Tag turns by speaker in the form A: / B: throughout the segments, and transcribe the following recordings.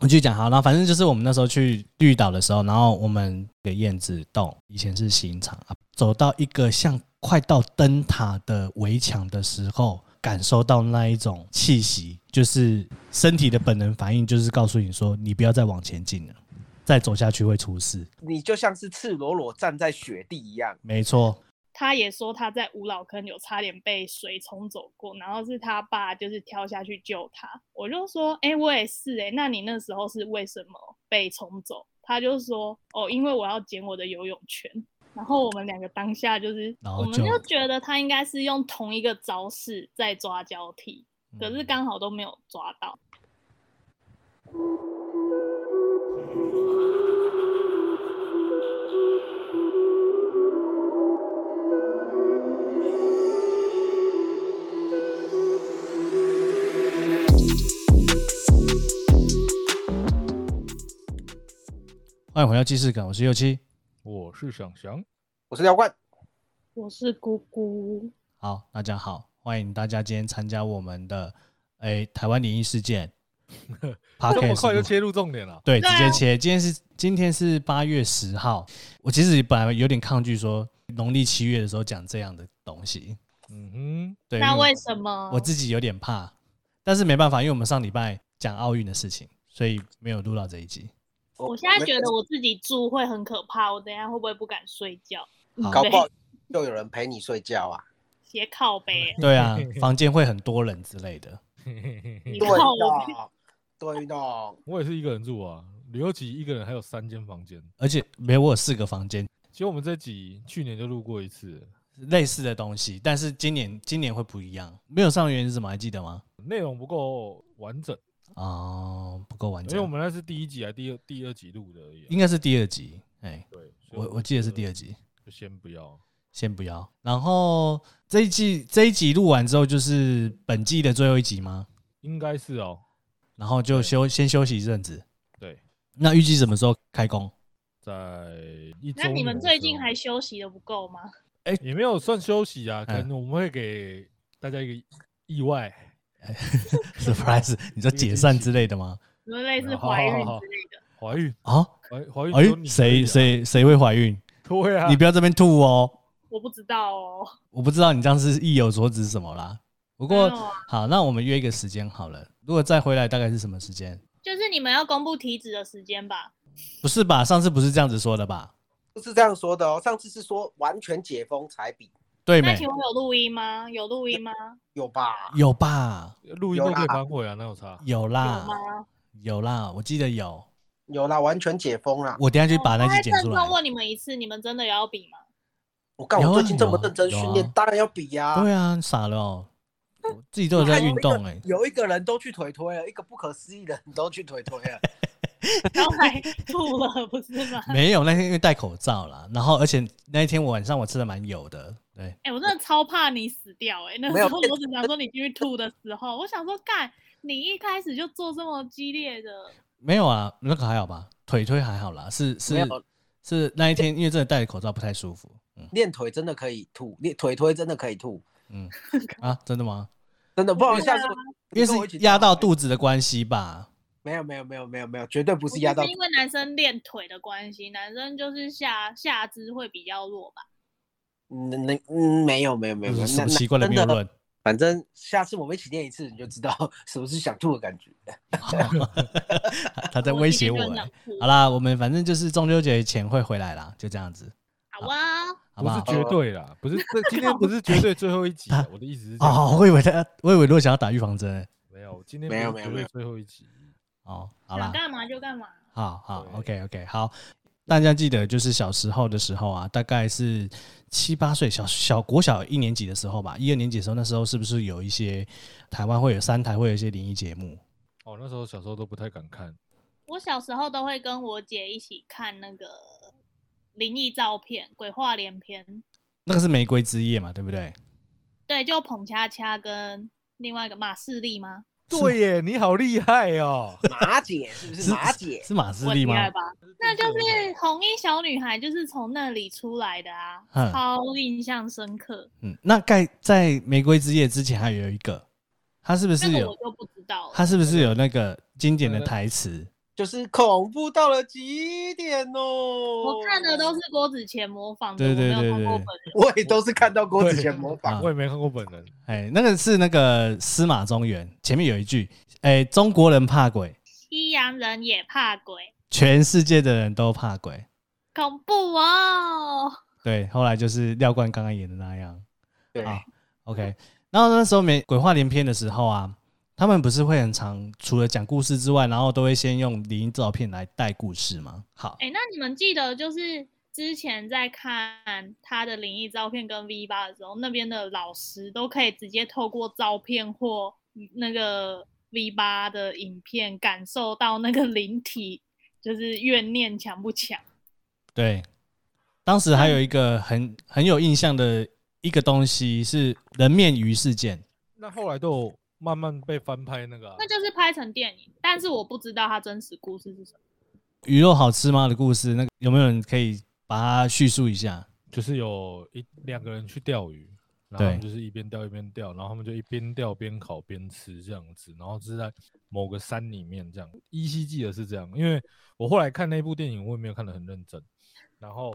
A: 我继续讲好，然后反正就是我们那时候去绿岛的时候，然后我们的燕子洞以前是刑场啊，走到一个像快到灯塔的围墙的时候，感受到那一种气息，就是身体的本能反应，就是告诉你说你不要再往前进了，再走下去会出事。
B: 你就像是赤裸裸站在雪地一样。
A: 没错，
C: 他也说他在五老坑有差点被水冲走过，然后是他爸就是跳下去救他。我就说，哎、我也是、哎，那你那时候是为什么被冲走？他就说，哦，因为我要捡我的游泳圈。然后我们两个当下就是，
A: 然后
C: 我们
A: 就
C: 就觉得他应该是用同一个招式在抓交替，可是
A: 嗯
C: 刚好都没有抓到。
A: 欢迎回到既视感，我是右七。
D: 我是想想，
B: 我是廖冠，
C: 我是姑姑，
A: 好，大家好，欢迎大家今天参加我们的诶、台湾灵异事 件 p
D: 这么快就切入重点了。
A: 对，
C: 对
A: 直
C: 啊
A: 接切。今天是今天是八月十号，我其实本来有点抗拒说农历七月的时候讲这样的东西，
D: 嗯
A: 对，
C: 那
A: 因为
C: 为什么？
A: 我自己有点怕，但是没办法，因为我们上礼拜讲奥运的事情，所以没有录到这一 集。
C: 我现在觉得我自己住会很可怕，我等一下会不会不敢睡觉？
A: 好，
B: 搞
C: 对
B: 不好又有人陪你睡觉啊。
C: 斜靠背
A: 对啊，房间会很多人之类的。
D: 哼，
C: 你
B: 对
C: 靠
B: 的，对的，
D: 我也是一个人住啊，旅游集一个人还有三间房间。
A: 而且没有我有四个房间
D: 其实我们这集去年就录过一次，
A: 类似的东西，但是今年今年会不一样。没有上的原因是什么？还记得吗？
D: 内容不够完整，
A: 哦，不够完
D: 因
A: 整，
D: 为我们那是第一集还是第二第二集录的而已啊、
A: 应该是第二集。哎、
D: 对，所以
A: 我我记得是第
D: 二，
A: 二集。
D: 就先不要。
A: 先不要。然后这一季这一集录完之后，就是本季的最后一集吗？
D: 应该是哦，
A: 然后就休先休息一阵子。
D: 对，
A: 那预计什么时候开工？
D: 在 一周。
C: 那你们最近还休息的不够吗？
D: 也没有算休息啊，可
A: 嗯
D: 能我们会给大家一个意外。
A: surprise，你说解散之类的吗？
C: 你们类似
D: 没
A: 哦
D: 有好
C: 怀孕
D: 好好
C: 之类的？
D: 怀孕，
A: 啊，
D: 怀怀孕只有
A: 哎，
D: 你而已
A: 谁
D: 啊？
A: 谁谁会怀孕？
D: 对啊，
A: 你不要这边吐哦！
C: 我不知道哦。
A: 我不知道你这样是意有所指什么啦。不
C: 没有
A: 过
C: 啊
A: 好，那我们约一个时间好了。如果再回来，大概是什么时间？
C: 就是你们要公布体脂的时间吧？
A: 不是吧？上次不是这样子说的吧？
B: 不是这样说的哦。上次是说完全解封才比，
A: 对
C: 那
A: 没
C: 请？问有录音吗？有录音吗？
B: 有吧？
A: 有吧？
D: 录音都可以反悔啊，哪有差？
A: 有
C: 有
A: 啦，
C: 吗？
A: 有啦，我记得有。
B: 有啦，完全解封啦。
A: 我等一下去把那
C: 我
A: 集
C: 再
A: 剪出
C: 郑
A: 来
C: 重。问你们一次，你们真的有要比吗？
B: 我告
A: 有啊
B: 我最近这么
A: 有啊
B: 认真训
A: 有啊
B: 练，当然要比呀。
A: 对啊，你傻了哦， 我自己都有在运动哎、
B: 有一个人都去腿推了，一个不可思议的人都去腿推了。
C: 然后 还吐了，不是吗？
A: 没有那天因为戴口罩啦，然后而且那一天晚上我吃的蛮油的，对，
C: 哎、我真的超怕你死掉哎、那
B: 没有
C: 时候我只想说你进去吐的时候，我想说干，你一开始就做这么激烈的，
A: 没有啊，那个还好吧，腿推还好啦， 是
B: 没
A: 是
B: 有
A: 是那一天因为真的戴口罩不太舒服，嗯
B: 练腿真的可以吐，练腿推真的可以吐，
A: 嗯啊，真的吗？
B: 真的。不然
C: 对啊
B: 下次我
A: 因
B: 你跟我
A: 为
B: 一起
A: 是压
B: 跳
A: 到
B: 好了
A: 肚子的关系吧，
B: 没有没有没有没有没有，绝对不
C: 不
B: 是压到
C: 是。因为男生练腿的关系，男生就是下下肢会比较弱吧？
B: 嗯，那嗯没有没有没有没有，
A: 什
B: 那
A: 么
B: 那
A: 奇怪的
B: 真
A: 谬论？
B: 反正下次我们一起练一次，你就知道什么是想吐的感觉。
A: 他在威胁我、
C: 今天
A: 欸
C: 就想。吐
A: 好啦，我们反正就是中秋节前会回来啦，就这样子，
C: 好啊，
A: 好
D: 不
A: 不
D: 是
A: 好？
D: 绝对啦，不是这今天不是绝对最后一 集啊，我的意思是这样
A: 哦，我以为他，我以为如果想要打预防针欸，
D: 没有，今天
B: 没有
D: 不是
B: 没有
D: 绝
B: 没
D: 对
B: 有
D: 最后一集。
A: 哦，好啦
C: 想，干嘛就干嘛。
A: 好好
D: 对
A: ，OK OK，好，大家记得就是小时候的时候啊，大概是七八岁，小小国小一年级的时候吧，一二年级的时候，那时候是不是有一些台湾会有三台会有一些灵异节目？
D: 哦，那时候小时候都不太敢看，
C: 我小时候都会跟我姐一起看那个灵异照片、鬼话连篇，
A: 那个是玫瑰之夜嘛，对不对？
C: 对，就捧恰恰跟另外一个马士利吗？
D: 对 耶，你好厉害哦！
B: 马姐是不是？马姐
A: 是马斯
C: 我
A: 利
C: 厉
A: 吗？
C: 害吧？那就是红衣小女孩，就是从那里出来的啊，
A: 嗯
C: 超印象深刻。
A: 嗯，那盖在玫瑰之夜之前还有一个，他是不
C: 那
A: 是
C: 个我
A: 有
C: 就不知道了
A: 他。是不是有那个经典的台词？
E: 就是恐怖到了极点哦！
C: 我看的都是郭子乾模仿的，
A: 对对
C: 我没有
A: 对
C: 看过
A: 对
C: 本人。
E: 我也都是看到郭子
D: 对
E: 乾模
A: 啊
E: 仿，
D: 我也没看过本人，
A: 哎，那个是那个司马中原，前面有一句，哎，中国人怕鬼，
C: 西洋人也怕鬼，
A: 全世界的人都怕鬼。
C: 恐怖哦！
A: 对，后来就是廖冠刚刚演的那样。
E: 对，
A: 啊 OK，然后那时候美鬼话连篇的时候啊，他们不是会很常除了讲故事之外，然后都会先用灵异照片来带故事吗？好，
C: 哎、那你们记得就是之前在看他的灵异照片跟 V 八的时候，那边的老师都可以直接透过照片或那个 V 八的影片，感受到那个灵体就是怨念强不强？
A: 对，当时还有一个很很有印象的一个东西是人面鱼事件，
D: 那后来都有慢慢被翻拍那个啊、
C: 那就是拍成电影，但是我不知道它真实故事是什么。
A: 鱼肉好吃吗的故事，那个有没有人可以把它叙述一下？
D: 就是有一两个人去钓鱼，然后
A: 对
D: 他们就是一边钓一边钓，然后他们就一边钓边烤边吃这样子，然后是在某个山里面这样。依稀记得是这样，因为我后来看那部电影，我也没有看得很认真。然后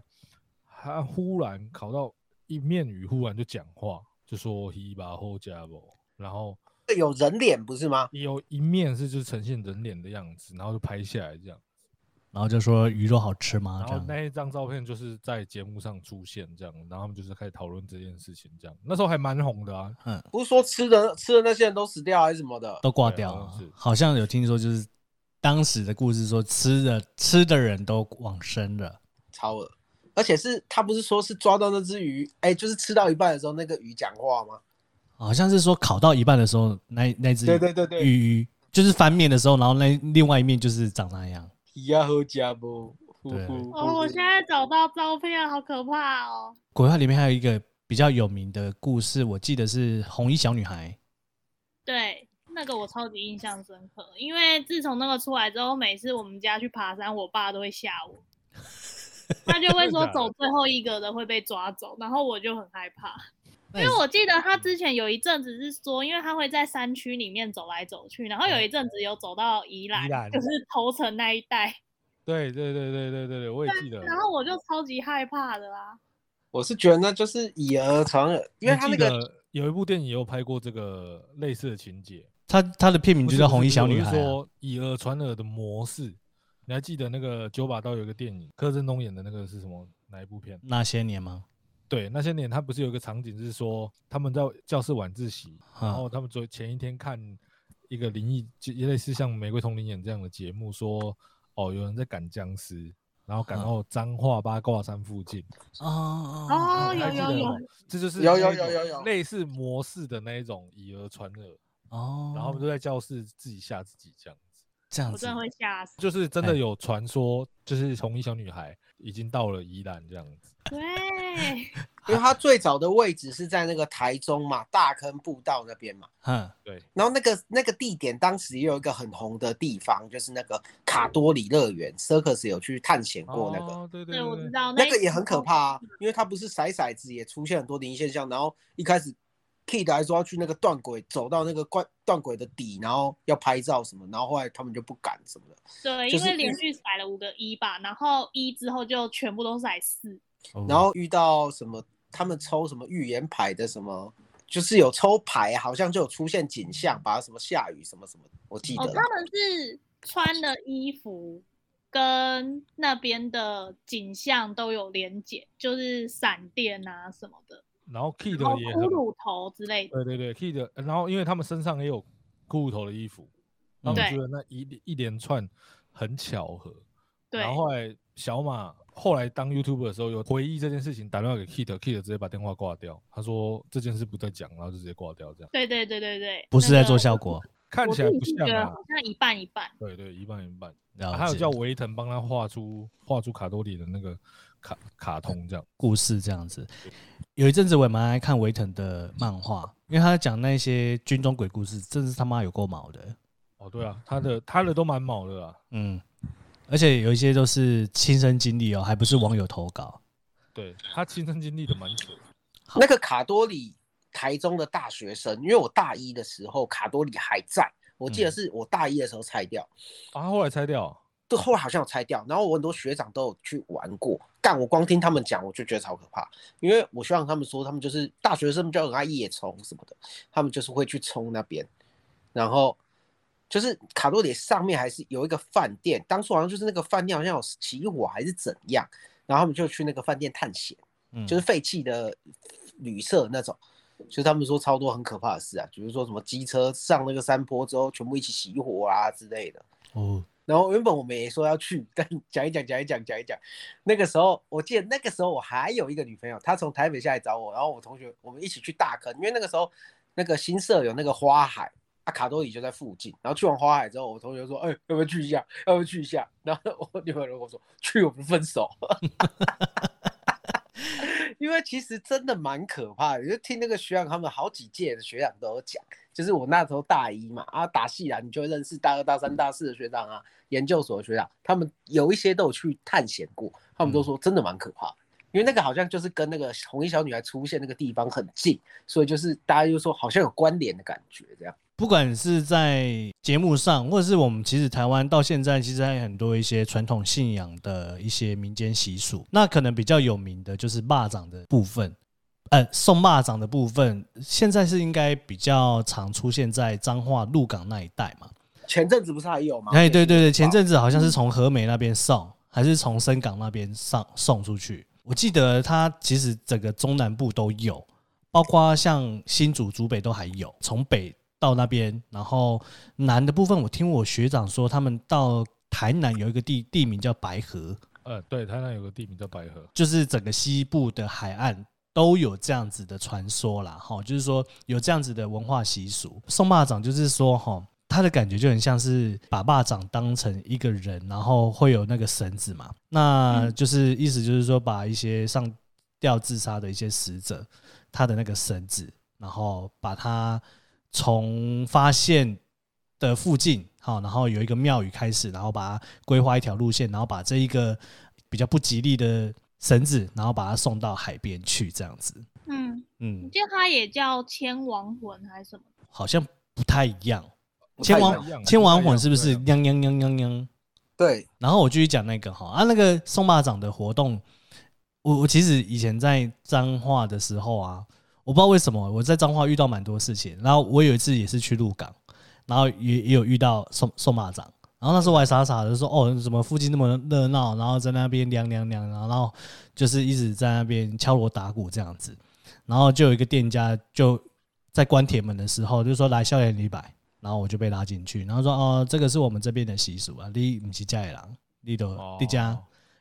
D: 他忽然烤到一面鱼，忽然就讲话，就说“希巴后加不”，然后
E: 有人脸不是吗？
D: 有一面是就是呈现人脸的样子，然后就拍下来这样。
A: 然后就说鱼肉好吃吗？
D: 然
A: 这
D: 后
A: 样
D: 那一张照片就是在节目上出现，这样，然后他们就是开始讨论这件事情，这样。那时候还蛮红的啊，
E: 不是说吃的吃的那些人都死掉还是什么的？
A: 都挂掉
D: 对好
A: 了
D: 像是，
A: 好像有听说就是当时的故事说吃的吃的人都往生了。
E: 超恶，而且是他不是说是抓到那只鱼，哎、就是吃到一半的时候那个鱼讲话吗？
A: 好像是说烤到一半的时候，那那只
E: 对对对对，
A: 鱼鱼就是翻面的时候，然后那另外一面就是长那样。
E: 皮亚和加波，呼
A: 对
E: 呼
C: 哦，我现在找到照片，好可怕哦！
A: 鬼话里面还有一个比较有名的故事，我记得是红衣小女孩。
C: 对，那个我超级印象深刻，因为自从那个出来之后，每次我们家去爬山，我爸都会吓 我，他就会
D: 真的
C: 说
D: 假的
C: 走最后一个的会被抓走，然后我就很害怕，
A: 那
C: 因
A: 也是
C: 为我记得他之前有一阵子是说，因为他会在山区里面走来走去，然后有一阵子有走到宜兰，
D: 宜兰
C: 就是头城那一带，
D: 对对对对对 对对，我也记得。
C: 啊然后我就超级害怕的啊。
E: 我是觉得那就是以讹传讹，因为
D: 你
E: 他
D: 记
E: 那个
D: 得有一部电影也有拍过这个类似的情节，
A: 她她的片名
D: 不
A: 就是叫《
D: 不是
A: 红衣
D: 不是
A: 小
D: 我
A: 女
D: 是
A: 孩》啊。
D: 说以讹传讹的模式，你还记得那个九把刀有一个电影，柯震东演的那个是什么？哪一部片？
A: 那些年吗？
D: 对，那些年他不是有一个场景是说他们在教室晚自习，然
A: 啊
E: 嗯
D: 后他们昨前一天看一个灵异，就类似像《玫瑰同林演》这样的节目，说哦有人在赶僵尸，然后赶
E: 嗯
A: 啊
D: 到彰化八卦山附近。
A: 哦哦
C: 哦，
D: 你
C: 有
D: 还记
C: 有
D: 得
C: 有
D: 吗，这就是
E: 有
D: 那
E: 有
D: 一
E: 有
D: 种
E: 有有
D: 类似模式的那一种以讹传讹，
A: 哦，
D: 然后他们就在教室自己吓自己这样子。
A: 这样
C: 我
A: 子
C: 真的会吓死。
D: 就是真的
A: 哎
D: 有传说，就是红衣小女孩已经到了宜兰这样子。
C: 对，
E: 因为他最早的位置是在那个台中嘛，大坑步道那边嘛。
A: 哼，
D: 对，
E: 然后那个那个地点当时也有一个很红的地方，就是那个卡多里乐园，Circus 有去探险过那个，
D: 哦、对 对
C: 对，我
D: 对
C: 知
D: 对，
C: 道
E: 那
C: 一
E: 个也
C: 集
E: 很可
C: 超
E: 怕啊，因为它不是骰骰子也出现很多灵异现象，然后一开始 Kid 还说要去那个断轨，走到那个断断轨的底，然后要拍照什么，然后后来他们就不敢什么的，
C: 对，
E: 就
C: 因为
E: 是
C: 连续甩了五个一吧，然后一之后就全部都甩四，
E: 然后遇到什么他们抽什么预言牌的什么。就是有抽牌，好像就有出现景象吧，什么下雨什么什么，我记得
C: 哦，。他们是穿的衣服跟那边的景象都有连结，就是闪电啊什么的，
D: 然后 Kid
C: 然后
D: 也
C: 骷
D: 很，
C: 髅头之类的。
D: 对对对，Kid，呃然后因为他们身上也有骷髅头的衣服，
A: 嗯
D: 那我
C: 对
D: 觉得那一一连串很巧合。
C: 对
D: 然，后后来小马后来当 YouTube 的时候有回忆这件事情，打电话给 Kid，Kid 直接把电话挂掉，他说这件事不再讲，然后就直接挂掉这样。
C: 对对对对对，
A: 不是
C: 那
A: 在
C: 个
A: 做效果，
D: 看
C: 我
D: 起来
C: 自
D: 不
C: 己是
D: 像
C: 觉得
D: 啊
C: 好，像一半一半。
D: 对对，一半一半。
A: 了
D: 还有
A: 解
D: 叫维腾帮他画出画出卡多里的那个卡卡通这样。
A: 故事这样子。有一阵子我也蛮爱看维腾的漫画，因为他讲那些军中鬼故事，真是他妈有够毛的。
D: 哦，对啊，他的他的都蛮毛的啦。
A: 嗯，而且有一些都是亲身经历哦，还不是网友投稿。
D: 对他亲身经历的蛮久的，
E: 那个卡多里台中的大学生，因为我大一的时候卡多里还在，我记得
A: 嗯
E: 是我大一的时候拆掉，
D: 啊，他后来拆掉。
E: 这后来好像有拆掉，然后我很多学长都有去玩过。干，我光听他们讲，我就觉得超可怕，因为我学长他们说，他们就是大学生就很爱夜冲什么的，他们就是会去冲那边，然后就是卡洛里上面还是有一个饭店，当初好像就是那个饭店好像有起火还是怎样，然后他们就去那个饭店探险，
A: 嗯
E: 就是废弃的旅社那种。就是他们说超多很可怕的事啊，比如说什么机车上那个山坡之后，全部一起起火啊之类的。
A: 哦，
E: 然后原本我们也说要去，但讲一讲讲一讲讲一讲，那个时候我记得那个时候我还有一个女朋友，她从台北下来找我，然后我同学我们一起去大坑，因为那个时候那个新社有那个花海，啊卡多里就在附近，然后去完花海之后，我同学就说，哎、要不要去一下？要不要去一下？然后我女朋友跟我说，去我们分手，因为其实真的蛮可怕的，就听那个学长他们好几届的学长都有讲。就是我那时候大一嘛，啊打戏啦，你就会认识大二、大三、大四的学长啊，研究所的学长，他们有一些都有去探险过，他们都说真的蛮可怕的，因为那个好像就是跟那个红衣小女孩出现那个地方很近，所以就是大家就说好像有关联的感觉这样。
A: 不管是在节目上，或者是我们其实台湾到现在，其实还有很多一些传统信仰的一些民间习俗。那可能比较有名的就是蚂蚱的部分，呃，送蚂蚱的部分，现在是应该比较常出现在彰化鹿港那一带嘛？
E: 前阵子不是还有吗？
A: 哎，对对对，嗯前阵子好像是从和美那边送，还是从深港那边上送出去。我记得它其实整个中南部都有，包括像新竹、竹北都还有，从北到那边，然后南的部分，我听我学长说，他们到台南有一个地地名叫白河，
D: 呃，对，台南有个地名叫白河，
A: 就是整个西部的海岸都有这样子的传说啦，哈，就是说有这样子的文化习俗。送蚂蚱就是说，哈，它的感觉就很像是把蚂蚱当成一个人，然后会有那个绳子嘛，那就是意思就是说把一些上吊自杀的一些死者，他的那个绳子，然后把它从发现的附近，好，然后有一个庙宇开始，然后把它规划一条路线，然后把这一个比较不吉利的绳子，然后把它送到海边去，这样子。
C: 嗯，我
A: 嗯，
C: 记得它也叫千王魂还是什么？
A: 好像不太一样。
E: 不
A: 千
E: 太一样
D: 一样啊
A: 王千王
D: 不太
A: 混
D: 一样啊
A: 是不是
D: 不
A: 泱泱泱泱泱？
E: 对，
A: 然后我继续讲那个哈啊，那个送巴掌的活动，我我其实以前在彰化的时候啊，我不知道为什么我在彰化遇到蛮多事情。然后我有一次也是去鹿港，然后也也有遇到送送巴掌。然后那时候我还傻傻的说，哦，怎么附近那么热闹？然后在那边凉凉凉，然后就是一直在那边敲锣打鼓这样子。然后就有一个店家就在关铁门的时候就说来校园礼拜，然后我就被拉进去，然后说哦，这个是我们这边的习俗啊，你不是家里人，你都
D: 哦
A: 你家，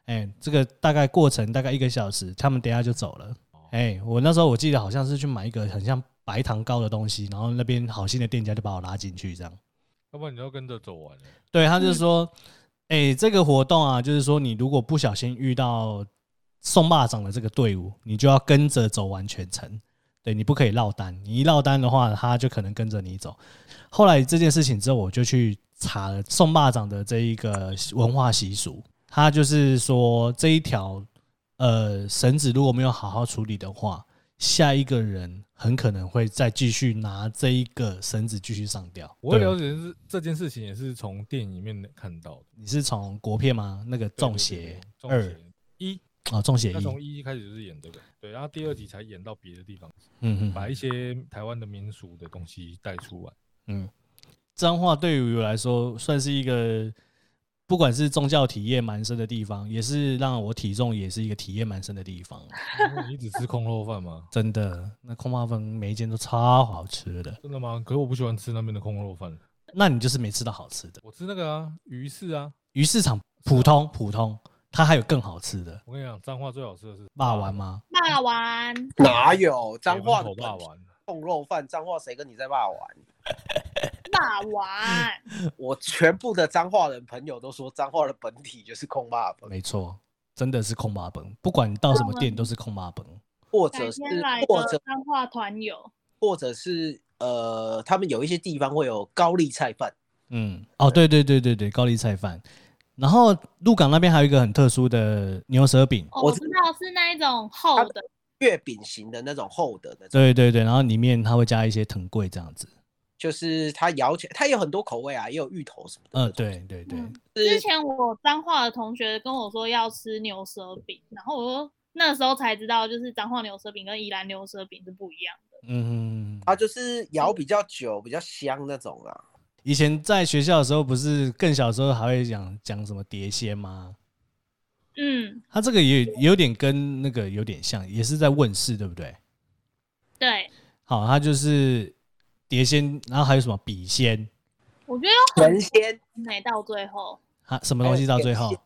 A: 哎、这个大概过程大概一个小时，他们等一下就走了。哎、我那时候我记得好像是去买一个很像白糖糕的东西，然后那边好心的店家就把我拉进去，这样。
D: 要不然你就跟着走完了。
A: 对，他就说，哎、这个活动啊，就是说你如果不小心遇到送蚂蚱的这个队伍，你就要跟着走完全程。对你不可以落单，你一落单的话，他就可能跟着你走。后来这件事情之后，我就去查了送蚂蚱的这一个文化习俗，他就是说这一条呃绳子如果没有好好处理的话，下一个人很可能会再继续拿这一个绳子继续上吊。
D: 我
A: 对
D: 了解是这件事情也是从电影里面看到的。
A: 你是从国片吗？那个《中邪
D: 对
A: 二
D: 对对对中》邪一，
A: 哦，《中邪一
D: 他》从一开始就是演这个，对，然后第二集才演到别的地方，
A: 嗯
D: 把
A: 嗯
D: 一些台湾的民俗的东西带 出来。
A: 嗯，彰化对于我来说算是一个，不管是宗教体验蛮深的地方，也是让我体重也是一个体验蛮深的地方。
D: 你只吃空肉饭吗？
A: 真的，那空泡粉每一间都超好吃的，
D: 真的吗？可是我不喜欢吃那边的空肉饭，
A: 那你就是没吃到好吃的。
D: 我吃那个啊，鱼市啊。
A: 鱼市场普通普通，它还有更好吃的。
D: 我跟你讲，彰化最好吃的是
A: 霸丸？吗？
C: 霸王，
E: 哪有
D: 北
E: 脏
D: 门
E: 话
D: 口啊霸王，
E: 控肉饭，脏话谁跟你在骂玩？
C: 霸王，
E: 我全部的脏话人朋友都说，脏话的本体就是控骂本，
A: 没错，真的是空巴本，不管你到什么店都是空巴本。
E: 或
C: 改
E: 者是
C: 天来
E: 或
C: 个
E: 者
C: 彰化团友，
E: 或者是呃，他们有一些地方会有高丽菜饭，
A: 嗯，哦，对对对对对，高丽菜饭。然后鹿港那边还有一个很特殊的牛舌饼，
C: 哦，
E: 我
C: 我知道是那一种厚的，
E: 月饼型的那种厚的那种，
A: 对对对，然后里面它会加一些藤桂这样子。
E: 就是它咬起来，它有很多口味啊，也有芋头什么的。
A: 嗯、对对对
C: 嗯，之前我彰化的同学跟我说要吃牛舌饼，然后我说那时候才知道，就是彰化牛舌饼跟宜兰牛舌饼是不一样的。
A: 嗯，
B: 它就是摇比较久、比较香那种
E: 啊
B: 啦。
A: 以前在学校的时候，不是更小的时候还会讲讲什么碟仙吗？
C: 嗯，
A: 它这个也有点跟那个有点像，也是在问世，对不对？
C: 对，
A: 好，它就是碟仙，然后还有什么笔仙，
C: 我觉得有很
B: 神仙
C: 美到最后，
A: 它什么东西到最
B: 还有
A: 后
B: 碟？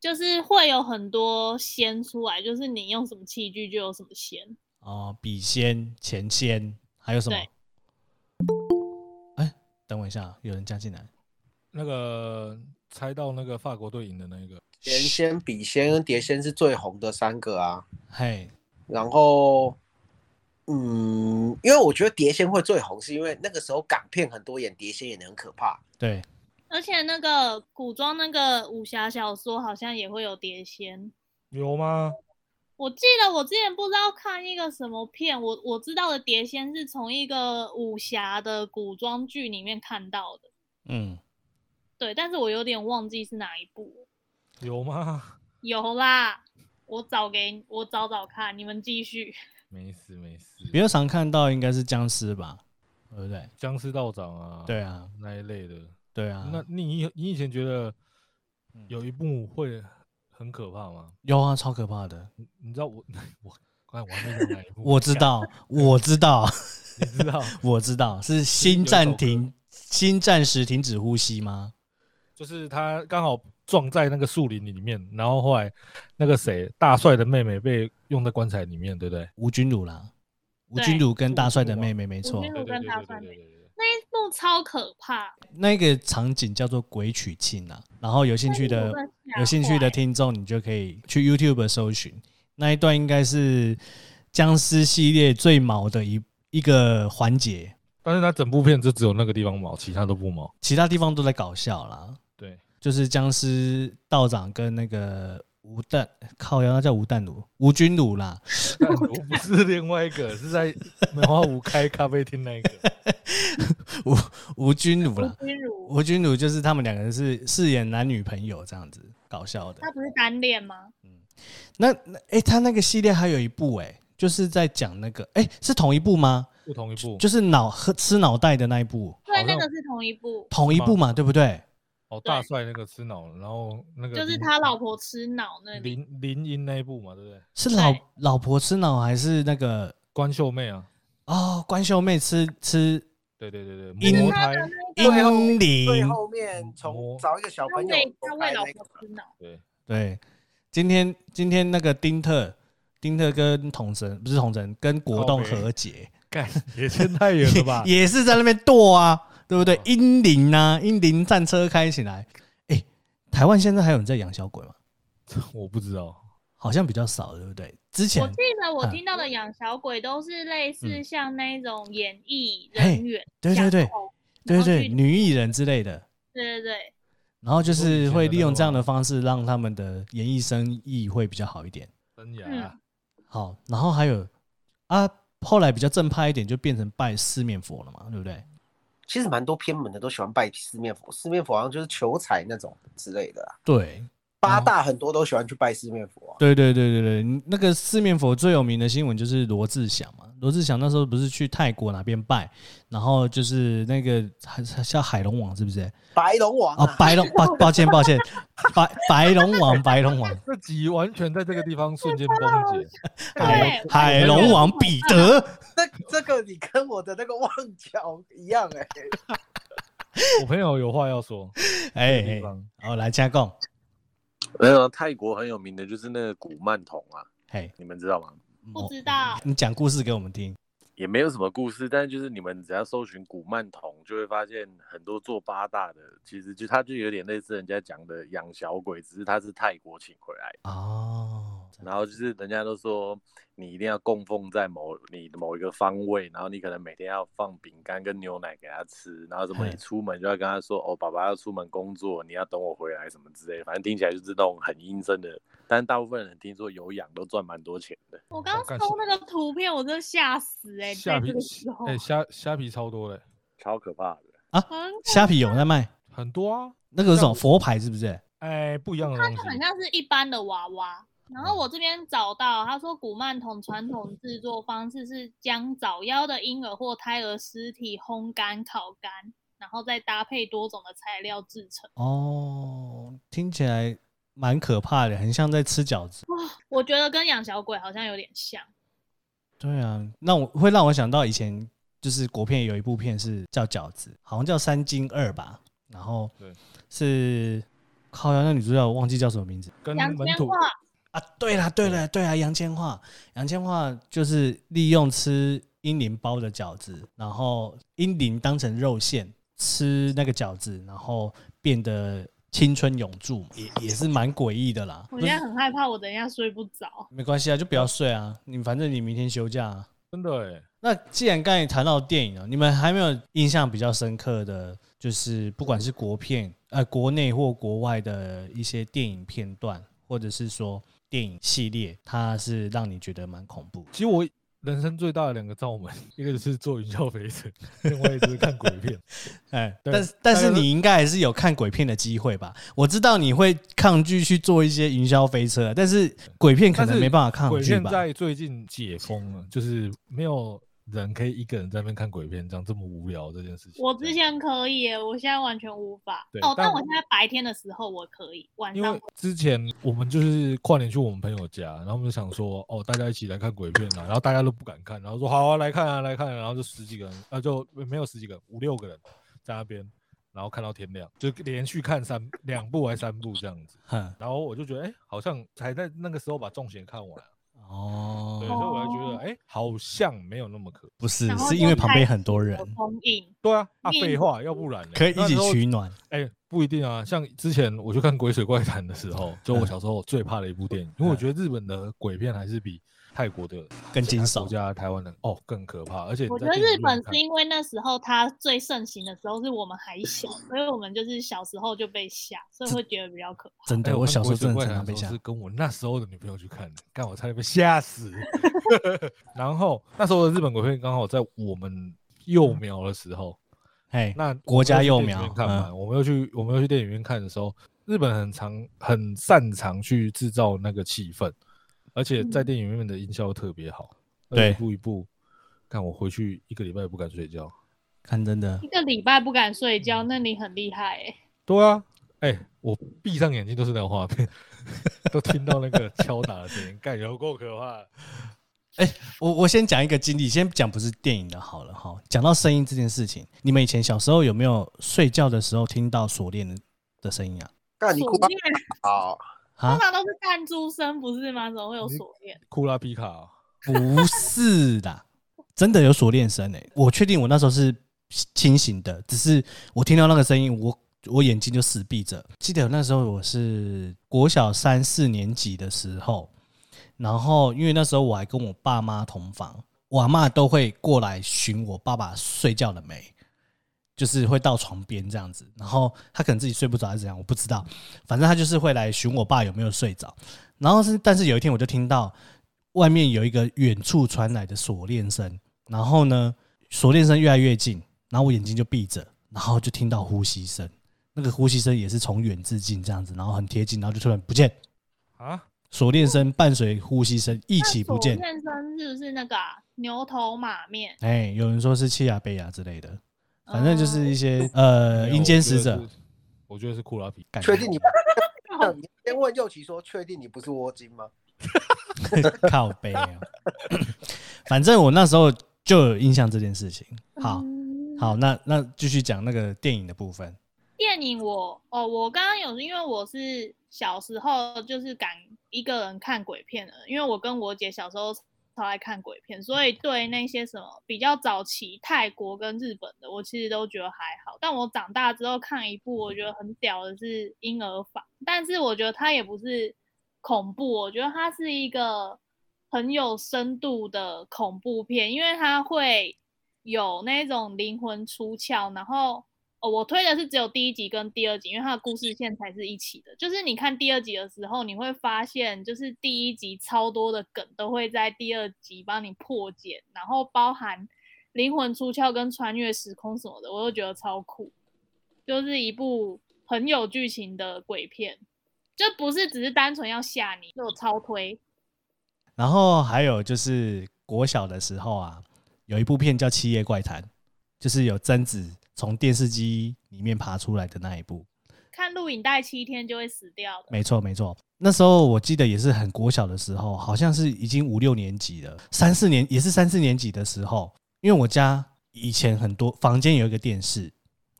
C: 就是会有很多仙出来，就是你用什么器具就有什么仙。
A: 哦，笔仙、钱仙，还有什么
C: 对？
A: 哎，等我一下，有人加进来。
D: 那个猜到那个法国队赢的那个，
B: 神仙、笔仙跟碟仙是最红的三个啊。
A: 嘿，
B: 然后，嗯，因为我觉得碟仙会最红，是因为那个时候港片很多演碟仙演的很可怕。
A: 对，
C: 而且那个古装那个武侠小说好像也会有碟仙。
D: 有吗？
C: 我记得我之前不知道看一个什么片，我我知道的碟仙是从一个武侠的古装剧里面看到的，
A: 嗯，
C: 对，但是我有点忘记是哪一部。
D: 有吗？
C: 有啦，我找给你我找找看，你们继续。
D: 没事没事，
A: 比较常看到应该是僵尸吧，对不对？
D: 僵尸道长啊，
A: 对啊，
D: 那一类的。
A: 对啊。嗯
D: 那你以你以前觉得有一幕会很可怕吗？
A: 有啊，超可怕的。
D: 你你知道我 我刚才我还没讲哪一部，
A: 我知道，我知道，
D: 你知道，
A: 我知道，是心暂停，心暂时停止呼吸吗？
D: 就是他刚好撞在那个树林里面，然后后来那个谁大帅的妹妹被用在棺材里面，对不对？
A: 吴君如啦，吴
C: 对
A: 君如啊跟大帅的妹妹没错
C: 吴君，
D: 对
C: 我
D: 对
C: 跟
D: 对
C: 大
D: 对
C: 帅
D: 对
C: 妹
D: 对对对。
C: 那一幕超可怕，
A: 那个场景叫做鬼娶亲啊。然后有兴趣的
C: 那一幕我真吓
A: 有兴趣的
C: 坏
A: 听众，你就可以去 YouTube 搜寻那一段，应该是僵尸系列最毛的一一个环节，
D: 但是他整部片就只有那个地方毛，其他都不毛。
A: 其他地方都在搞笑啦。
D: 对，
A: 就是僵尸道长跟那个吴淡靠腰，那叫吴淡如、吴君如啦，
D: 但我不 是另外一个，是在梅花湖开咖啡厅那一个。
A: 吴君如 啦，
C: 吴君如
A: 吴君如就是他们两个人是饰演男女朋友这样子，搞笑的
C: 她。不是单恋吗？
A: 那那诶，他那个系列还有一部诶，就是在讲那个诶，是同一部吗？
D: 不同一 部，
A: 就是脑喝吃脑袋的那一部，
C: 对，
D: 好
C: 那
D: 像
C: 个是同一部，
A: 同一部嘛，对不对？
D: 哦，大帅那个吃脑，然后那个
C: 就是
D: 林
C: 他老婆吃脑那里。
D: 林林英那一部嘛，对不对？
A: 是老
C: 对
A: 老婆吃脑还是那个
D: 关秀妹啊，
A: 哦？关秀妹吃吃
D: 对对对对，
A: 因为
D: 魔
C: 他
D: 胎
C: 的
B: 最后
A: 英
B: 最
A: 灵，
B: 后面从找一个小
C: 他
B: 朋友
C: 为他
B: 走
C: 为
B: 开
C: 老
B: 那个
C: 婆吃脑，
D: 对，
A: 对，今天今天那个丁特，丁特跟统神不是统神，跟国栋和解，？
D: 干 也牵太远了 吧
A: 也是在那边剁啊，对不
B: 嗯
A: 对？英灵啊，英灵战车开起来。哎、台湾现在还有人在养小鬼吗？
D: 我不知道，
A: 好像比较少，对不对？之
C: 我
A: 前
C: 记得我
A: 啊
C: 听到的养小鬼都是类似
A: 嗯
C: 像那种演艺
A: 嘿
C: 人员，
A: 对对
C: 架
A: 对
C: 空然
A: 对
C: 后
A: 对
C: 去
A: 女艺人之类的，
C: 对对对，
A: 然后就
D: 说以
A: 是
D: 前
A: 会
D: 的
A: 利
D: 那
A: 用
D: 个
A: 这样
D: 吗
A: 的方式让他们的演艺生意会比较好一点。
D: 真牙
C: 嗯
A: 好，然后还有啊，后来比较正派一点，就变成拜四面佛了嘛，对不对？
B: 其实蛮多偏门的都喜欢拜四面佛，四面佛好像就是求财那种之类的啦。
A: 对，
B: 八大很多都喜欢去拜四面佛啊、
A: 对对对对对，你那个四面佛最有名的新闻就是罗志祥嘛。罗志祥那时候不是去泰国哪边拜，然后就是那个还叫海龙王是不是？
B: 白龙王
A: 啊，
B: 啊，
A: 白龙，抱抱歉抱歉，白白龙王白龙王
D: 这集完全在这个地方瞬间 崩解，
A: 海
C: 对
A: 海龙王彼 得，
B: 这这个你跟我的那个旺角一样哎、
D: 我朋友有话要说，
A: 哎
D: 地
A: 哎，
D: 方
A: 好来加贡，
F: 没有啊，泰国很有名的就是那个古曼童啊，
A: 嘿，
F: 你们知道吗？
C: 不
A: 嗯
C: 知道
A: 你讲故事给我们听，
F: 也没有什么故事，但是就是你们只要搜寻古曼童，就会发现很多做八大的，其实就他就有点类似人家讲的养小鬼，只是他是泰国请回来，
A: 哦，
F: 然后就是人家都说你一定要供奉在某你的某一个方位，然后你可能每天要放饼干跟牛奶给他吃，然后什么
A: 嗯
F: 你出门就要跟他说哦，爸爸要出门工作，你要等我回来什么之类的，反正听起来就是那种很阴森的，但大部分人听说有养都赚蛮多钱的。
C: 我刚
D: 好干
C: 搜那个图片，我真的吓死哎、
D: 虾
C: 在
D: 皮
C: 这个时候，
D: 哎虾虾皮超多嘞，
F: 超可怕的。
A: 虾皮有在卖，
D: 很多啊，
A: 那个是什么
D: 像
A: 佛牌是不是？
D: 哎，不一样的
C: 它
D: 东
C: 就很
D: 西。
C: 像是一般的娃娃。然后我这边找到，他说古曼童传统制作方式是将早夭的婴儿或胎儿尸体烘干、烤干，然后再搭配多种的材料制成。
A: 哦，听起来蛮可怕的，很像在吃饺子。
C: 我觉得跟养小鬼好像有点像。
A: 对啊，那我会让我想到以前就是国片有一部片是叫饺子，好像叫《三金二》吧，然后
D: 对
A: 是靠呀，那女主角我忘记叫什么名字。
D: 跟
C: 杨
D: 门
C: 千
D: 徒
C: 嬅
A: 啊，对啦，对啦，对啦，杨千嬅，杨千嬅就是利用吃英灵包的饺子，然后英灵当成肉馅吃那个饺子，然后变得青春永驻嘛，也也是蛮诡异的啦。
C: 我现在很害怕，我等一下睡不着。
A: 没关系啊，就不要睡啊，你反正你明天休假、啊。
D: 真的哎，
A: 那既然刚才谈到电影了，你们还没有印象比较深刻的，就是不管是国片、呃国内或国外的一些电影片段，或者是说电影系列，它是让你觉得蛮恐怖。
D: 其实我人生最大的两个罩门， 一个就是做云霄飞车， 另外一个就是看鬼片。
A: 哎，
D: 对
A: 但是但是
D: 大家都
A: 你应该还是有看鬼片的机会吧？我知道你会抗拒去做一些云霄飞车，但是鬼片可
D: 但
A: 能
D: 是
A: 没办法抗
D: 鬼
A: 拒
D: 片
A: 吧？
D: 在最近解封了，就是没有人可以一个人在那边看鬼片，这样这么无聊这件事情。
C: 我之前可以耶，我现在完全无法
D: 对。
C: 哦，
D: 但
C: 但我
D: 我
C: 现在白天的时候我可以，晚
D: 因
C: 上
D: 为之前我们就是跨年去我们朋友家，然后我们就想说，哦，大家一起来看鬼片啊，然后大家都不敢看，然后说好啊，来看啊，来看啊、然后就十几个人，啊，就没有十几个，五六个人在那边，然后看到天亮，就连续看三 两部还三部这样子，
A: 哼，
D: 然后我就觉得，哎、好像才在那个时候把《中邪》看完，啊对，所以
A: 哦，
D: 我才觉得，哎、好像没有那么可，
A: 不是
C: 然，后
A: 是
C: 就
A: 因为旁边
C: 开
A: 很多人
C: 我，封印。
D: 对啊，啊，
C: 面
D: 废话，要不然呢
A: 可以一
D: 那
A: 起
D: 时候
A: 取暖。
D: 哎、不一定啊。像之前我去看《鬼水怪谈》的时候，就
A: 嗯
D: 我小时候最怕的一部电影，因为我觉得日本的鬼片还是比泰国的
A: 更
D: 其他
A: 惊悚
D: 国家台湾的哦更可怕。而且
C: 我
D: 你
C: 觉
D: 在
C: 得
D: 电
C: 日
D: 影
C: 本
D: 院
C: 是
D: 看
C: 因为那时候它最盛行的时候是我们还小，所以我们就是小时候就被吓，所以会觉得比较可怕。
A: 真
D: 哎
A: 的，我
D: 看
A: 小时候
D: 鬼
A: 真
D: 水
A: 的
D: 怪
A: 常常
D: 谈
A: 被
D: 时
A: 吓
D: 候是。跟我那时候的女朋友去看的，干我差点被 吓死。然后那时候的日本鬼片刚好在我们幼
A: 嗯
D: 苗的时候，
A: 哎，
D: 那
A: 国家幼
D: 幼
A: 苗嗯
D: 看嘛，我们又去我们又去电影院看的时候，日本很常很擅长去制造那个气氛，而且在
C: 嗯
D: 电影院的音效特别好，
A: 对
D: 一步一步。看我回去一个礼拜也不敢睡觉。
A: 看真的
C: 一，个礼拜不敢睡觉，那你很厉害哎、
D: 对啊，哎、我闭上眼睛都是那个画面， 都听到那个敲打的声音，干有够可怕的。
A: 我我先讲一个经历，先讲不是电影的好了哈。讲到声音这件事情，你们以前小时候有没有睡觉的时候听到锁链的的声音啊？
B: 干你哭
C: 锁
B: 吧
C: 链
B: 好，
A: 啊
C: 通，常都是弹珠声，不是吗？怎么会有锁链？
D: 库拉皮卡哦、
A: 不是的，真的有锁链声诶。我确定我那时候是清醒的，只是我听到那个声音，我我眼睛就死闭着。记得那时候我是国小三四年级的时候，然后因为那时候我还跟我爸妈同房，我阿妈都会过来寻我爸爸睡觉了没。就是会到床边这样子，然后他可能自己睡不着还是怎样，我不知道。反正他就是会来寻我爸有没有睡着。然后是，但是有一天我就听到外面有一个远处传来的锁链声，然后呢，锁链声越来越近，然后我眼睛就闭着，然后就听到呼吸声，那个呼吸声也是从远至近这样子，然后很贴近，然后就突然不见，
D: 啊，
A: 锁链声伴随呼吸声一
C: 一
A: 起不见
C: 锁。链声是不是那个啊、牛头马面？
A: 哎，有人说是气亚贝亚之类的，反正就是
C: 哦
A: 一些
D: 没
A: 呃
D: 有
A: 阴间使，
D: 哎
A: 者
D: 我觉得。是我觉得是库拉皮卡。
A: 感觉
B: 确定你？
C: 哦
B: 你先问右奇说，确定你不是窝精吗？
A: 靠背哦。 反正我那时候就有印象这件事情。好，
C: 嗯
A: 好，那那继续讲那个电影的部分。
C: 电影我哦，我刚刚有因为我是小时候就是敢一个人看鬼片的，因为我跟我姐小时候超爱看鬼片，所以对那些什么比较早期泰国跟日本的，我其实都觉得还好。但我长大之后看一部我觉得很屌的是《婴儿房》，但是我觉得它也不是恐怖，我觉得它是一个很有深度的恐怖片，因为它会有那种灵魂出窍，然后。哦，我推的是只有第一集跟第二集，因为它的故事线才是一起的。就是你看第二集的时候，你会发现，就是第一集超多的梗都会在第二集帮你破解，然后包含灵魂出窍跟穿越时空什么的，我都觉得超酷。就是一部很有剧情的鬼片，就不是只是单纯要吓你，就超推。
A: 然后还有就是国小的时候啊，有一部片叫《七夜怪谈》，就是有贞子从电视机里面爬出来的那一部。
C: 看录影带七天就会死掉的，
A: 没错，没错。那时候我记得也是很国小的时候，好像是已经五六年级了，三四年也是三四年级的时候，因为我家以前很多房间有一个电视，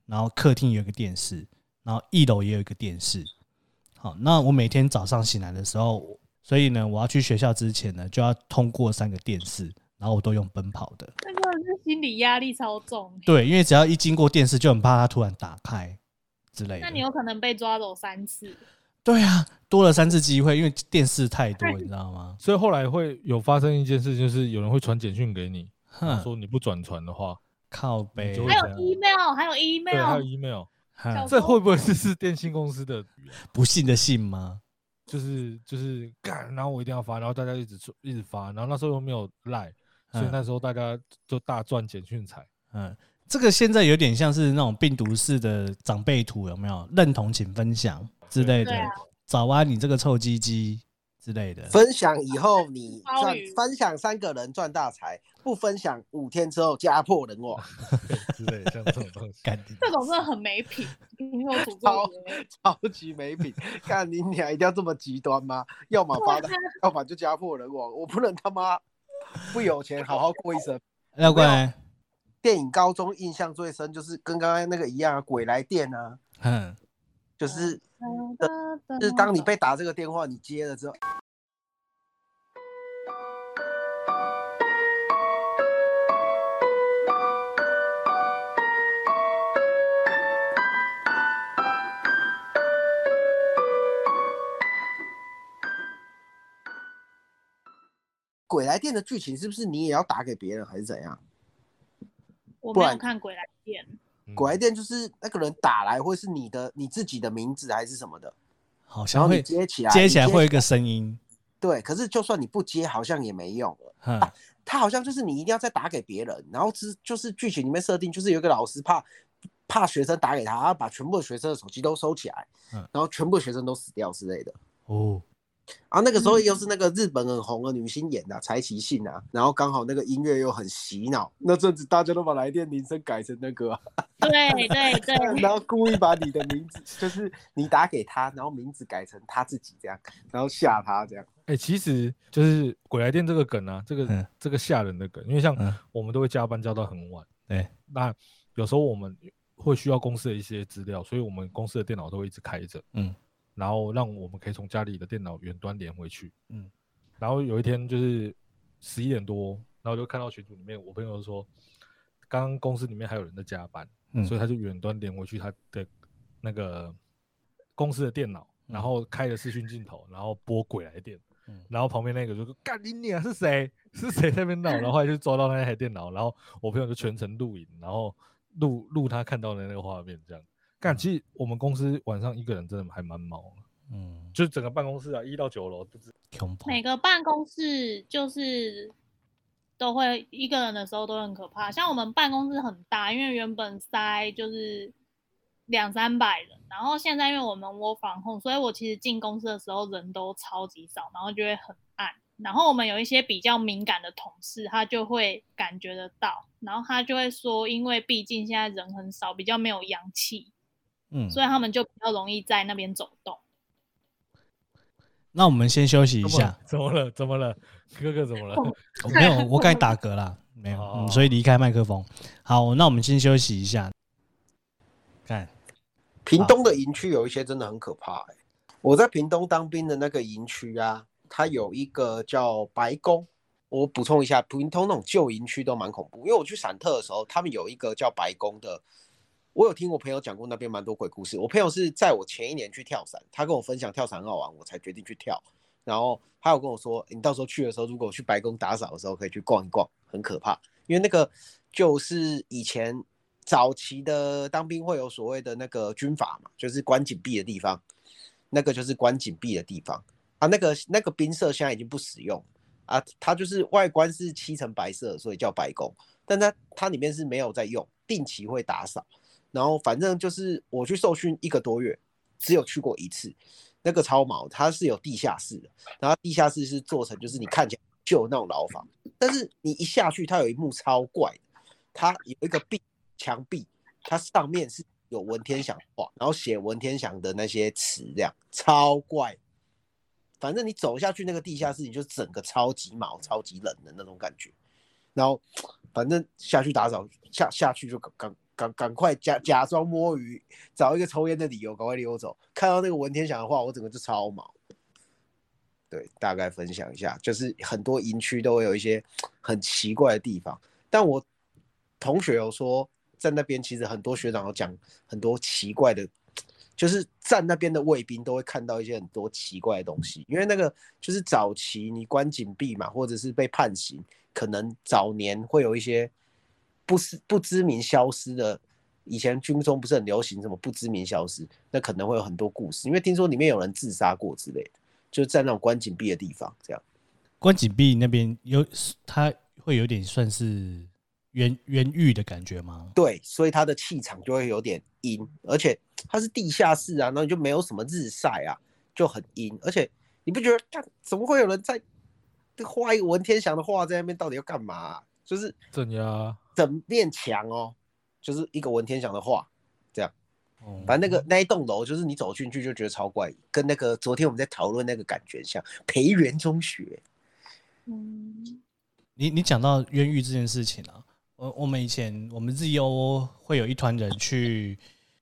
A: 然后客厅有一个电视，然后一楼也有一个电视。好，那我每天早上醒来的时候，所以呢，我要去学校之前呢，就要通过三个电视，然后我都用奔跑的。
C: 这真的是心理压力超重。欸
A: 对，因为只要一经过电视，就很怕它突然打开之类的。
C: 那你有可能被抓走三次，
A: 对啊，多了三次机会，因为电视太 多，你知道吗？
D: 所以后来会有发生一件事，就是有人会传简讯给你，
A: 哼，
D: 说你不转传的话，
A: 靠背
D: 你就，会
C: 还有
D: 这样
C: email，还有
D: 对，还
C: email，
D: 有 email，
A: 哼
D: 这会不会是是电信公司的语啊？
A: 不信的信吗？
D: 就是就是干，然后我一定要发，然后大家一直说一直发，然后那时候又没有赖，所以
A: 嗯
D: 那时候大家就大赚简 讯财。
A: 嗯，这个现在有点像是那种病毒式的长辈图，有没有？认同请分享之类的
C: 对啊，
A: 早安你这个臭鸡鸡之类的。。
E: 分享以后你
C: 鲍
E: 赚
C: 鱼，
E: 分享三个人赚大财，不分享五天之后家破人亡，
D: 对之类的，像这种东 西
A: 干你
C: 这种真的很没品，你有诅咒 人。
E: 超级没品。看你俩一定要这么极端吗？要么发
C: 啊
E: 达，要么就家破人亡。我不能他妈不有钱好好过一生。
A: 廖冠，
E: 电影高中印象最深就是跟刚刚那个一样啊，鬼来电啊，
A: 哼，
E: 就是
C: 呃
E: 就是当
A: 哦
E: 你被打这个电话，你接了之后，鬼来电的剧情是不是你也要打给别人还是怎样？
C: 我
E: 不
C: 没
E: 然
C: 有看《鬼来电》，
D: 嗯
E: 鬼来电就是那个人打来会是你的你自己的名字还是什么的，
A: 好
E: 然
A: 像
E: 后你
A: 会
E: 接起来，
A: 接起来
E: 你
A: 会有一个声音，
E: 对，可是就算你不接，好像也没用了。
A: 哼，
E: 他好像就是你一定要再打给别人，然后之就是剧情里面设定就是有一个老师怕怕学生打给他，他把全部的学生的手机都收起来，
A: 嗯
E: 然后全部的学生都死掉之类的。
A: 哦，
E: 然后那个时候又是那个日本很红的女星演的、柴崎幸啊，然后刚好那个音乐又很洗脑，那阵子大家都把来电铃声改成那个啊、
C: 对对对，
E: 然后故意把你的名字就是你打给他，然后名字改成他自己这样，然后吓他这样。
D: 哎、其实就是鬼来电这个梗啊，这个、
A: 嗯
D: 这个吓人的梗，因为像
A: 嗯
D: 我们都会加班加到很晚，
A: 对，
D: 那有时候我们会需要公司的一些资料，所以我们公司的电脑都会一直开着，
A: 嗯，
D: 然后让我们可以从家里的电脑远端连回去，
A: 嗯，
D: 然后有一天就是十一点多，然后就看到群组里面我朋友说，刚刚公司里面还有人在加班，
A: 嗯
D: 所以他就远端连回去他的那个公司的电脑，然后开了视讯镜头，然后播鬼来电，
A: 嗯
D: 然后旁边那个就说干你娘是谁？ 是谁在那边闹？然后后来就抓到那台电脑，然后我朋友就全程录影，然后录录他看到的那个画面，这样。干，其实我们公司晚上一个人真的还蛮毛的，
A: 嗯，
D: 就是整个办公室啊，一到九楼不知
A: 恐怖，
C: 每个办公室就是都会一个人的时候都很可怕。像我们办公室很大，因为原本塞就是两三百人，然后现在因为我们窝防控，所以我其实进公司的时候人都超级少，然后就会很暗。然后我们有一些比较敏感的同事，他就会感觉得到，然后他就会说，因为毕竟现在人很少，比较没有阳气，
A: 嗯，
C: 所以他们就比较容易在那边走动。
A: 那我们先休息一
D: 怎么
A: 下
D: 了， 怎么了？怎么了？哥哥怎么了？
A: 哦没有，我刚才打嗝啦，没有，嗯
D: 哦
A: 所以离开麦克风。好，那我们先休息一下，看，
E: 屏东的营区有一些真的很可怕、欸。我在屏东当兵的那个营区啊，它有一个叫白宫。我补充一下，屏东那种旧营区都蛮恐怖，因为我去闪特的时候，他们有一个叫白宫的。我有听我朋友讲过那边蛮多鬼故事。我朋友是在我前一年去跳伞，他跟我分享跳伞很好玩，我才决定去跳。然后他有跟我说，你到时候去的时候，如果去白宫打扫的时候，可以去逛一逛，很可怕。因为那个就是以前早期的当兵会有所谓的那个军法嘛，就是关禁闭的地方，那个就是关禁闭的地方啊。那个那个兵舍现在已经不使用啊，它就是外观是漆成白色，所以叫白宫，但它它里面是没有在用，定期会打扫。然后反正就是我去受训一个多月，只有去过一次，那个超毛，它是有地下室的，然后地下室是做成就是你看起来旧那种牢房，但是你一下去，它有一幕超怪的，它有一个壁墙壁，它上面是有文天祥画，然后写文天祥的那些词，这样超怪。反正你走下去那个地下室，你就整个超级毛、超级冷的那种感觉。然后反正下去打扫，下下去就赶赶赶赶快假假装摸鱼，找一个抽烟的理由赶快溜走。看到那个文天祥的话，我整个就超毛。对，大概分享一下，就是很多营区都会有一些很奇怪的地方，但我同学有说，在那边其实很多学长有讲很多奇怪的，就是站那边的卫兵都会看到一些很多奇怪的东西，因为那个就是早期你关禁闭嘛，或者是被判刑，可能早年会有一些不是不知名消失的。以前军中不是很流行什么不知名消失，那可能会有很多故事，因为听说里面有人自杀过之类的。就是在那种关紧闭的地方，这样。
A: 关紧闭那边有，它会有点算是原原域的感觉吗？
E: 对，所以它的气场就会有点阴，而且它是地下室啊，那你就没有什么日晒啊，就很阴。而且你不觉得，干怎么会有人在画一个文天祥的画在那边？到底要干嘛啊、就是
D: 镇压，
E: 整面墙哦，就是一个文天祥的画，
A: 哦
E: 反正那个那一栋楼，就是你走进去就觉得超怪，跟那个昨天我们在讨论那个感觉像培元中学。
C: 嗯，
A: 你你讲到冤狱这件事情啊，我我们以前我们 ZO 会有一团人去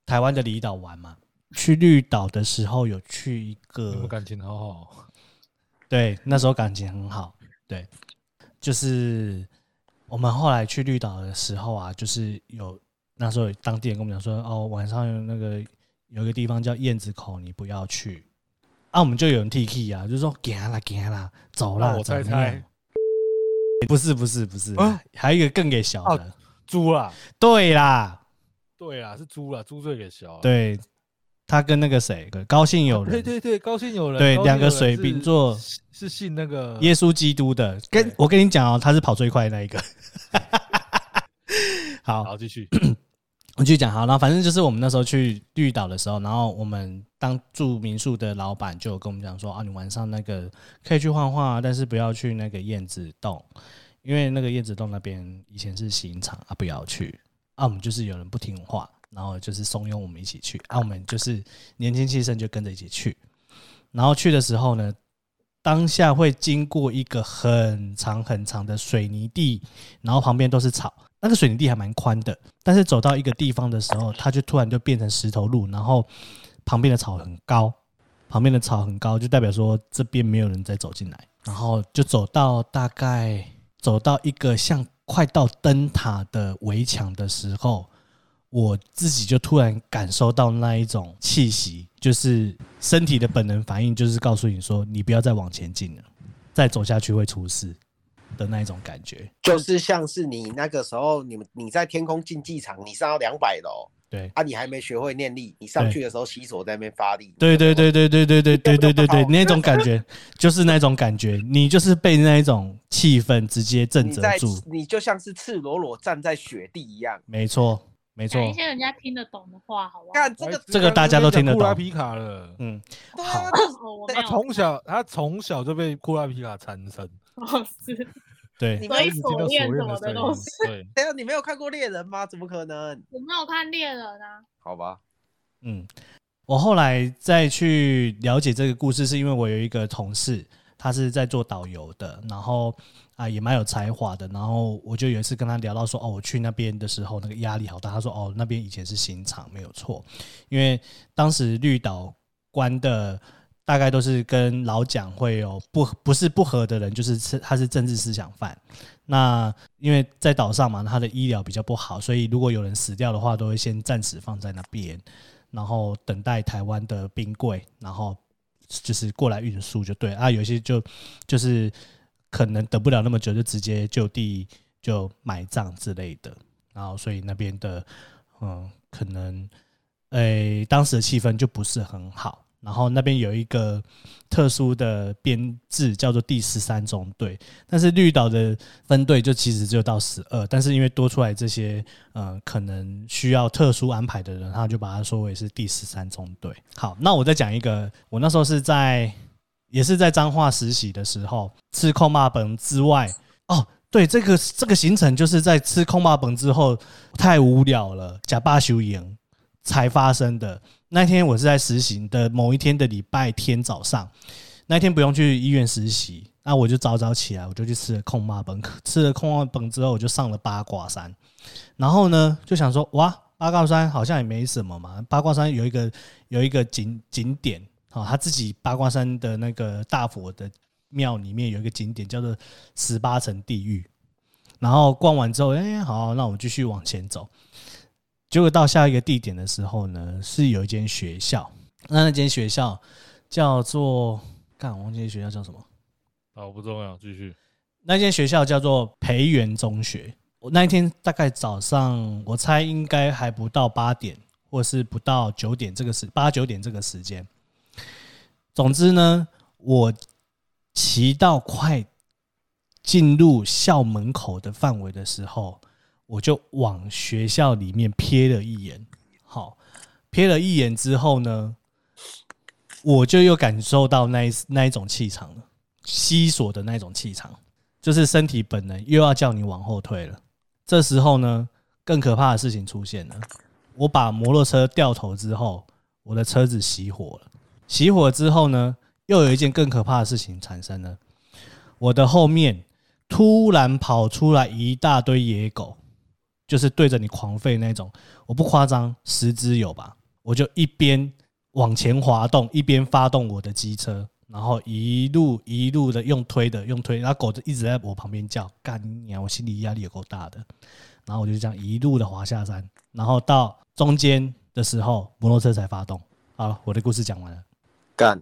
A: 台湾的离岛玩嘛，去绿岛的时候有去一
D: 你们
A: 个，
D: 感情好哦好，
A: 对，那时候感情很好，对，就是我们后来去绿岛的时候啊，就是有那时候有当地人跟我们讲说，哦，晚上有那个有一个地方叫燕子口，你不要去。啊，我们就有人 T K 啊，就说行啦行啦，走啦，
D: 哦那我
A: 怎
D: 猜
A: 么样
D: 猜，
A: 不是不是不是，
D: 啊
A: 还有一个更给小的，
D: 啊猪啦，
A: 对啦，
D: 对啦，是猪啦，猪最给小啊，
A: 对，他跟那个谁，高兴有
D: 对
A: 人，
D: 哦对对，高兴有人，
A: 对
D: 高兴
A: 两个
D: 有人
A: 水
D: 是
A: 瓶座
D: 是是信那个
A: 耶稣基督的，跟
D: 嗯对
A: 我跟你讲哦，他是跑最快的那一个。 好，
D: 好，继续。
A: 我继续讲好，然后反正就是我们那时候去绿岛的时候，然后我们当住民宿的老板就有跟我们讲说啊，你晚上那个可以去晃晃啊，但是不要去那个燕子洞，因为那个燕子洞那边以前是刑场啊，不要去啊。我们就是有人不听话，然后就是怂恿我们一起去啊，我们就是年轻气盛就跟着一起去。然后去的时候呢，当下会经过一个很长很长的水泥地，然后旁边都是草，那个水泥地还蛮宽的。但是走到一个地方的时候，它就突然就变成石头路，然后旁边的草很高，旁边的草很高，就代表说这边没有人再走进来。然后就走到大概走到一个像快到灯塔的围墙的时候，我自己就突然感受到那一种气息，就是身体的本能反应，就是告诉你说你不要再往前进了，再走下去会出事的那一种感觉。
E: 就是像是你那个时候，你们你在天空竞技场，你上到两百楼，
A: 对，
E: 啊，你还没学会念力，你上去的时候洗手在那边发力。
A: 对对对对对对对对对对对，
E: 你
A: 那种感觉 就是那种感觉，你就是被那一种气氛直接震
E: 你
A: 慑
E: 在
A: 住，
E: 你就像是赤裸裸站在雪地一样。
A: 没错没错
C: 讲一，些人家听得懂的话，好不好？
E: 干这个，
A: 这个大家都听得懂
D: 库拉皮卡了，
A: 嗯，
E: 对啊
A: 哎好，
C: 哦我没
D: 他
C: 有，
D: 从小他从小就被库拉皮卡缠身，
C: 哦是
A: 对
E: 你
C: 所以
E: 们
C: 锁链什么的
D: 的声音
C: 都是。
D: 对，
E: 等一下你没有看过猎人吗？怎么可能？
C: 我没有看猎人啊，
E: 好吧，
A: 嗯。我后来再去了解这个故事，是因为我有一个同事，他是在做导游的，然后啊也蛮有才华的，然后我就有一次跟他聊到说，哦，我去那边的时候那个压力好大，他说哦那边以前是刑场没有错，因为当时绿岛关的大概都是跟老蒋会有不不是不合的人，就是是他是政治思想犯。那因为在岛上嘛，他的医疗比较不好，所以如果有人死掉的话，都会先暂时放在那边，然后等待台湾的冰柜，然后就是过来运输就对啊。有一些就就是可能等不了那么久，就直接就地就埋葬之类的。然后所以那呃边的嗯，可能诶、当时的气氛就不是很好。然后那边有一个特殊的编制叫做第十三中队，但是绿岛的分队就其实只有到十二，但是因为多出来这些呃可能需要特殊安排的人，他就把它说为是第十三中队。好，那我再讲一个，我那时候是在也是在彰化实习的时候，吃空霸本之外，哦，对，这个这个行程就是在吃空霸本之后太无聊了，假霸修营才发生的。那天我是在实习的某一天的礼拜天早上，那一天不用去医院实习，那我就早早起来，我就去吃了空霸本，吃了空霸本之后，我就上了八卦山，然后呢就想说，哇，八卦山好像也没什么嘛，八卦山有一个有一个景景点，哦，他自己八卦山的那个大佛的庙里面有一个景点叫做十八层地狱，然后逛完之后，哎、好，那我们继续往前走。结果到下一个地点的时候呢，是有一间学校，那那间学校叫做，干，我忘记学校叫什么。
D: 好，不重要，继续。
A: 那间学校叫做培元中学。我那一天大概早上，我猜应该还不到八点，或是不到九点这个时八九点这个时间。总之呢，我骑到快进入校门口的范围的时候，我就往学校里面瞥了一眼。好，瞥了一眼之后呢，我就又感受到那一那一种气场了，西索的那种气场。就是身体本能又要叫你往后退了。这时候呢，更可怕的事情出现了。我把摩托车掉头之后，我的车子熄火了。熄火之后呢，又有一件更可怕的事情产生了。我的后面突然跑出来一大堆野狗，就是对着你狂吠那种。我不夸张，十只有吧。我就一边往前滑动，一边发动我的机车，然后一路一路的用推的用推，然后狗就一直在我旁边叫，干你娘！我心理压力有够大的。然后我就这样一路的滑下山，然后到中间的时候，摩托车才发动。好了，我的故事讲完了。
E: 干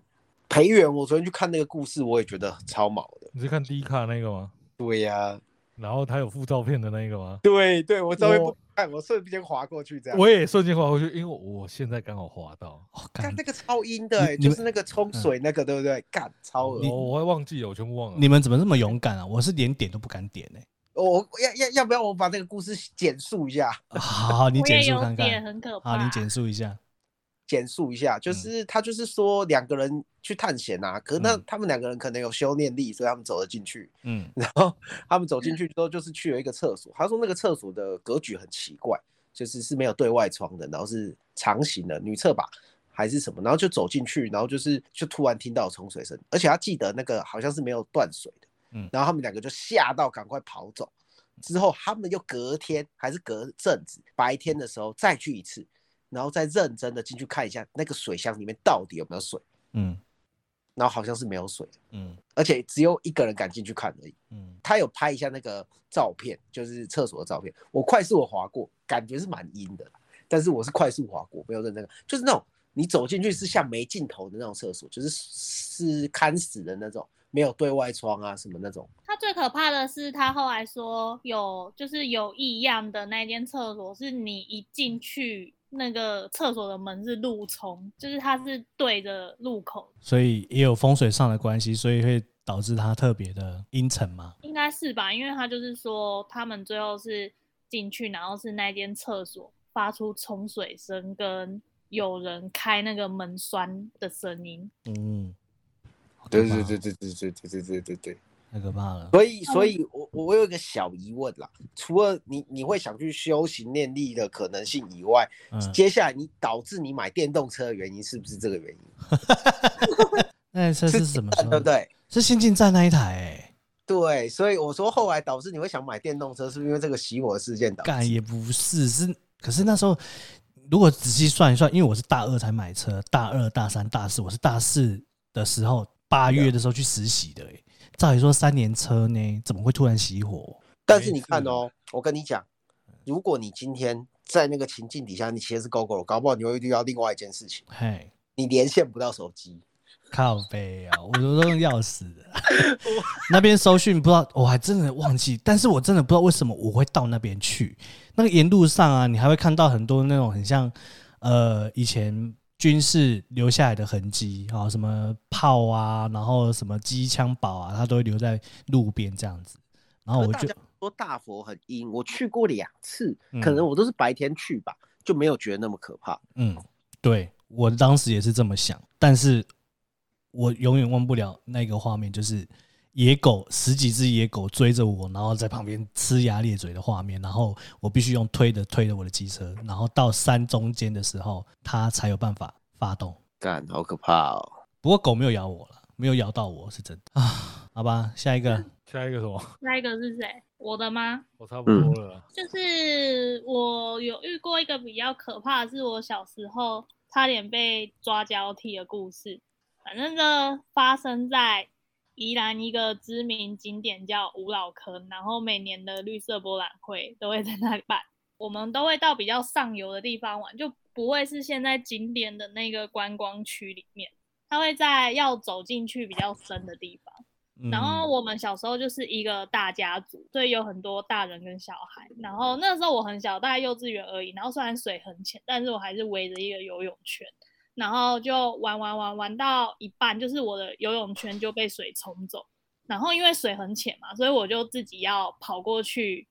E: 培元，我昨天去看那个故事，我也觉得超毛的。
D: 你是看第一卡那个吗？
E: 对呀、
D: 然后他有附照片的那个吗？
E: 对对，我稍微
D: 我
E: 不看，我瞬间划过去这样。
D: 我也瞬间滑过去，因为我现在刚好滑到，
A: 哦，
E: 干
A: 干
E: 那个超阴的、欸，
A: 你你
E: 就
A: 们嗯
E: 是那个冲水那个，对不对？干超恶
D: 我我会忘记了，我全部忘了。
A: 你们怎么这么勇敢啊？我是连点都不敢点呢、
E: 我我要要要不要我把这个故事简述一下？
A: 好好，好你
C: 我也
A: 简述
C: 有
A: 看
C: 点
A: 看。
C: 很可怕。
A: 好，你简述一下。
E: 简述一下，就是他就是说两个人去探险啊，可是那
A: 嗯
E: 他们两个人可能有修炼力，所以他们走了进去。
A: 嗯
E: 然后他们走进去之后，就是去了一个厕所。他说那个厕所的格局很奇怪，就是是没有对外窗的，然后是长形的女厕吧，还是什么？然后就走进去，然后就是就突然听到有冲水声，而且他记得那个好像是没有断水的。
A: 嗯
E: 然后他们两个就吓到，赶快跑走。之后他们又隔天还是隔阵子白天的时候再去一次，然后再认真的进去看一下那个水箱里面到底有没有水，
A: 嗯
E: 然后好像是没有水的，
A: 嗯
E: 而且只有一个人敢进去看而已。
A: 嗯，
E: 他有拍一下那个照片，就是厕所的照片。我快速的划过，感觉是蛮阴的啦，但是我是快速划过，没有认真看，就是那种你走进去是像没尽头的那种厕所，就是是看死的那种，没有对外窗啊什么那种。
C: 他最可怕的是，他后来说有就是有异样的那间厕所，是你一进去那个厕所的门是路冲，就是它是对着路口，
A: 所以也有风水上的关系，所以会导致它特别的阴沉嘛。
C: 应该是吧？因为他就是说他们最后是进去，然后是那间厕所发出冲水声跟有人开那个门栓的声音。
A: 嗯，好可怕哦
E: 对对对对对对对对。
A: 太可怕了。
E: 所以，所以我我我有一个小疑问啦，除了你你会想去修行念力的可能性以外，
A: 嗯，
E: 接下来你导致你买电动车的原因是不是这个原因？
A: 那台车是什么时候？
E: 对不对？
A: 是新进站那一台、欸，
E: 对，所以我说后来导致你会想买电动车，是不是因为这个熄火事件导
A: 干
E: 致？
A: 也不是，是可是那时候如果仔细算一算，因为我是大二才买车，大二、大三、大四，我是大四的时候八月的时候去实习的、欸，照理说三年车呢，怎么会突然熄火？
E: 但是你看哦，我跟你讲，如果你今天在那个情境底下，你骑的是 GoGo，搞不好你会遇到另外一件事情，
A: 嘿，
E: 你连线不到手机。
A: 靠背啊，我都用钥匙的。那边搜讯不知道，我还真的忘记，但是我真的不知道为什么我会到那边去。那个沿路上啊，你还会看到很多那种很像呃以前军事留下来的痕迹啊，什么炮啊，然后什么机枪堡啊，它都会留在路边这样子。然哦后我
B: 大
A: 就
B: 家说大佛很阴，我去过两次，可
A: 嗯
B: 能我都是白天去吧，就没有觉得那么可怕。
A: 嗯，对我当时也是这么想，但是我永远忘不了那个画面，就是野狗十几只野狗追着我，然后在旁边呲牙咧嘴的画面，然后我必须用推的推着我的机车，然后到山中间的时候，它才有办法发动。
B: 干，好可怕哦！
A: 不过狗没有咬我了，没有咬到我是真的啊。好吧，下一个，
D: 下一个什么？
C: 下一个是谁？我的吗？
D: 我差不
A: 嗯
D: 多了啦。
C: 就是我有遇过一个比较可怕的是，我小时候差点被抓交替的故事。反正这发生在宜兰一个知名景点叫五老坑，然后每年的绿色博览会都会在那里办，我们都会到比较上游的地方玩，就不会是现在景点的那个观光区里面，它会在要走进去比较深的地方。
A: 嗯
C: 然后我们小时候就是一个大家族，所以有很多大人跟小孩。然后那时候我很小，大概幼稚园而已。然后虽然水很浅，但是我还是围着一个游泳圈，然后就玩玩玩玩到一半，就是我的游泳圈就被水冲走。然后因为水很浅嘛，所以我就自己要跑过去，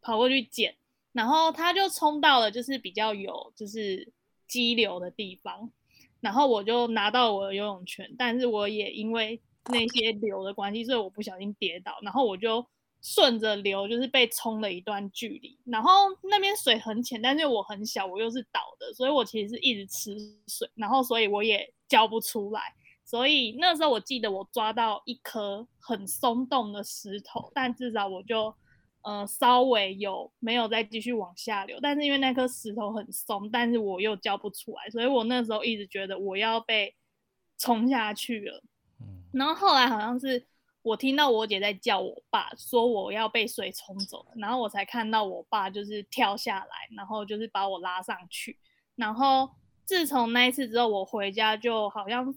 C: 跑过去捡。然后它就冲到了就是比较有就是激流的地方，然后我就拿到我的游泳圈，但是我也因为那些流的关系，所以我不小心跌倒，然后我就顺着流就是被冲了一段距离，然后那边水很浅，但是我很小，我又是倒的，所以我其实是一直吃水，然后所以我也叫不出来。所以那时候我记得我抓到一颗很松动的石头，但至少我就呃稍微有没有再继续往下流，但是因为那颗石头很松，但是我又叫不出来，所以我那时候一直觉得我要被冲下去了。
A: 嗯
C: 然后后来好像是我听到我姐在叫我爸，说我要被水冲走了，然后我才看到我爸就是跳下来，然后就是把我拉上去。然后自从那一次之后，我回家就好像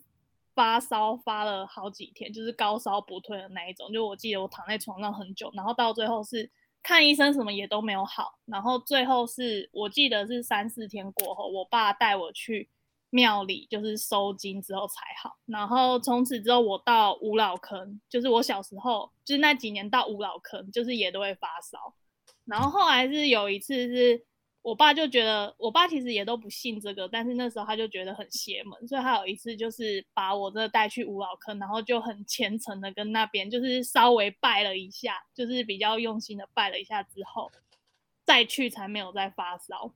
C: 发烧发了好几天，就是高烧不退的那一种。就我记得我躺在床上很久，然后到最后是看医生什么也都没有好，然后最后是我记得是三四天过后，我爸带我去庙里就是收金之后才好。然后从此之后，我到五老坑，就是我小时候就是那几年到五老坑，就是也都会发烧。然后后来是有一次是。我爸就觉得，我爸其实也都不信这个，但是那时候他就觉得很邪门，所以他有一次就是把我这带去五老坑，然后就很虔诚的跟那边就是稍微拜了一下，就是比较用心的拜了一下之后，再去才没有再发烧。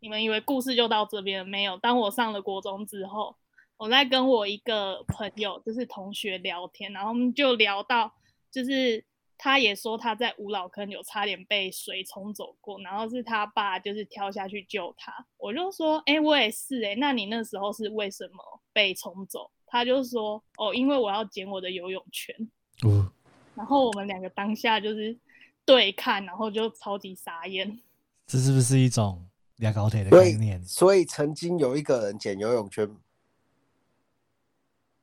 C: 你们以为故事就到这边了没有？当我上了国中之后，我在跟我一个朋友，就是同学聊天，然后我们就聊到，就是他也说他在五老坑有差点被水冲走过，然后是他爸就是跳下去救他。我就说，哎、我也是、诶哎，那你那时候是为什么被冲走？他就说，哦，因为我要捡我的游泳圈。
A: 哦
C: 然后我们两个当下就是对看，然后就超级傻眼。
A: 这是不是一种俩高铁的
B: 所
A: 概
B: 以
A: 念？
B: 所以曾经有一个人捡游泳圈，
A: 然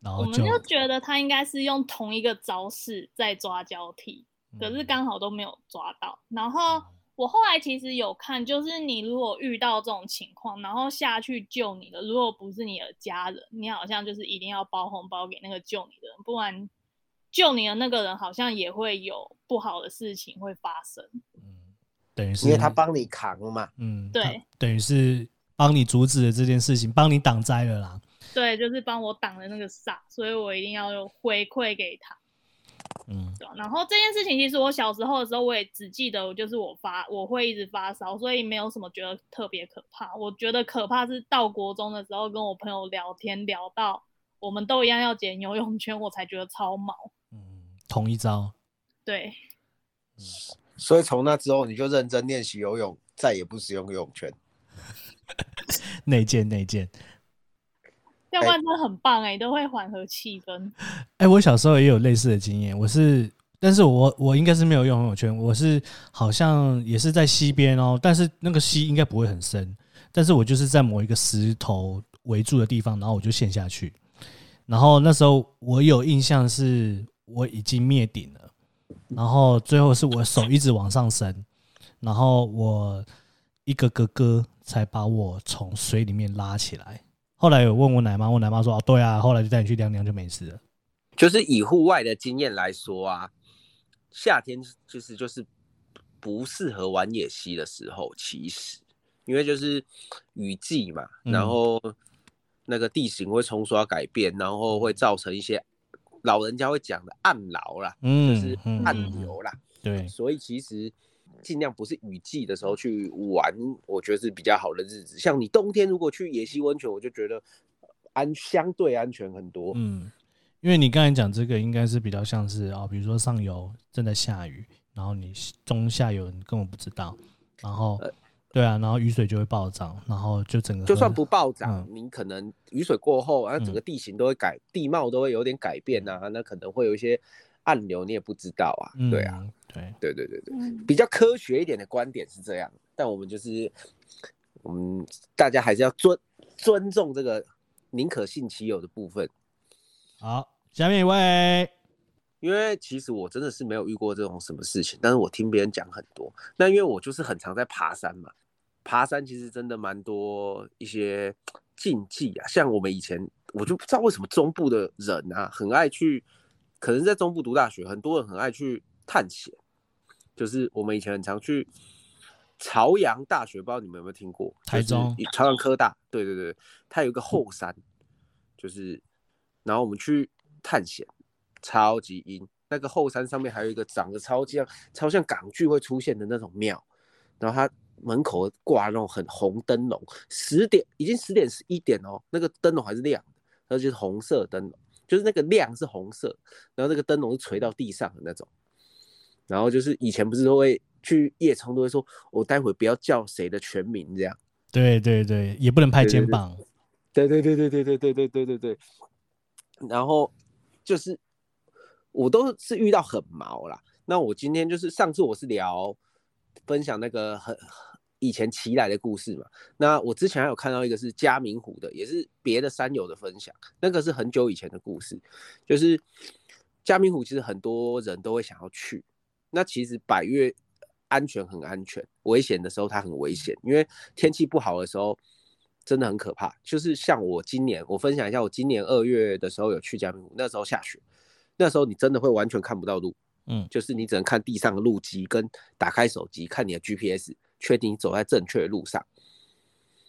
C: 我
A: 后
C: 们
A: 就
C: 就觉得他应该是用同一个招式在抓交替，可是
A: 嗯
C: 刚好都没有抓到。然后我后来其实有看，就是你如果遇到这种情况，然后下去救你的，如果不是你的家人，你好像就是一定要包红包给那个救你的人，不然救你的那个人好像也会有不好的事情会发生。
A: 嗯等于是
B: 因为他帮你扛嘛。
A: 嗯，
C: 对
A: 他等于是帮你阻止了这件事情，帮你挡灾了啦。
C: 对，就是帮我挡的那个煞，所以我一定要有回馈给他。
A: 嗯，
C: 对啊然后这件事情，其实我小时候的时候，我也只记得就是我发我会一直发烧，所以没有什么觉得特别可怕。我觉得可怕是到国中的时候，跟我朋友聊天聊到我们都一样要捡游泳圈，我才觉得超毛。
A: 嗯，同一招。
C: 对，
B: 所以从那之后，你就认真练习游泳，再也不使用游泳圈。
A: 内建内建。
C: 要不然真的很棒哎、都会缓和气氛。
A: 哎、我小时候也有类似的经验，我是，但是我我应该是没有用游泳圈，我是好像也是在溪边哦，但是那个溪应该不会很深，但是我就是在某一个石头围住的地方，然后我就陷下去，然后那时候我有印象是我已经灭顶了，然后最后是我手一直往上升，然后我一个哥哥才把我从水里面拉起来。后来有问我奶妈，我奶妈说哦对啊，后来就带你去凉凉就没事了。
E: 就是以户外的经验来说啊，夏天就是就是不适合玩野溪的时候，其实因为就是雨季嘛，
A: 嗯
E: 然后那个地形会冲刷改变，然后会造成一些老人家会讲的暗涝啦，就
A: 嗯，
E: 是
A: 嗯
E: 暗
A: 嗯嗯
E: 流啦，
A: 对，
E: 所以其实尽量不是雨季的时候去玩，我觉得是比较好的日子。像你冬天如果去野溪温泉，我就觉得安相对安全很多。
A: 嗯，因为你刚才讲这个，应该是比较像是啊、哦，比如说上游正在下雨，然后你中下游你根本不知道，然后、对啊，然后雨水就会暴涨，然后就整个
E: 呃就
A: 河
E: 算不暴涨
A: 嗯，
E: 你可能雨水过后，啊，整个地形都会改，地貌都会有点改变啊，那可能会有一些暗流，你也不知道啊。
A: 嗯
E: 对啊，
A: 对，
E: 对对对对，
C: 嗯，
E: 比较科学一点的观点是这样，但我们就是，我们大家还是要尊尊重这个宁可信其有的部分，
A: 好，下面一位，
E: 因为其实我真的是没有遇过这种什么事情，但是我听别人讲很多。那因为我就是很常在爬山嘛，爬山其实真的蛮多一些禁忌啊。像我们以前，我就不知道为什么中部的人啊，很爱去，可能在中部读大学，很多人很爱去探险。就是我们以前很常去朝阳大学，不知道你们有没有听过？
A: 台中
E: 就是朝阳科大，对对对，它有一个后山，就是然后我们去探险，超级阴。那个后山上面还有一个长得超级像超像港剧会出现的那种庙，然后它门口挂那种很红灯笼，十点已经十点十一点哦，那个灯笼还是亮的，而且是红色灯笼，就是那个亮是红色，然后那个灯笼是垂到地上的那种。然后就是以前不是都会去夜冲，都会说我待会不要叫谁的全名这样。
A: 对对对，也不能拍
E: 对对
A: 肩
E: 对
A: 膀，
E: 对对对对对对对对对对对。然后就是我都是遇到很毛啦。那我今天就是上次我是聊分享那个很以前骑来的故事嘛。那我之前还有看到一个是嘉明湖的，也是别的山友的分享，那个是很久以前的故事。就是嘉明湖其实很多人都会想要去，那其实百越安全很安全，危险的时候它很危险，因为天气不好的时候真的很可怕。就是像我今年，我分享一下，我今年二月的时候有去嘉明湖，那时候下雪，那时候你真的会完全看不到路，
A: 嗯
E: 就是你只能看地上的路基，跟打开手机看你的 GPS，确定你走在正确的路上。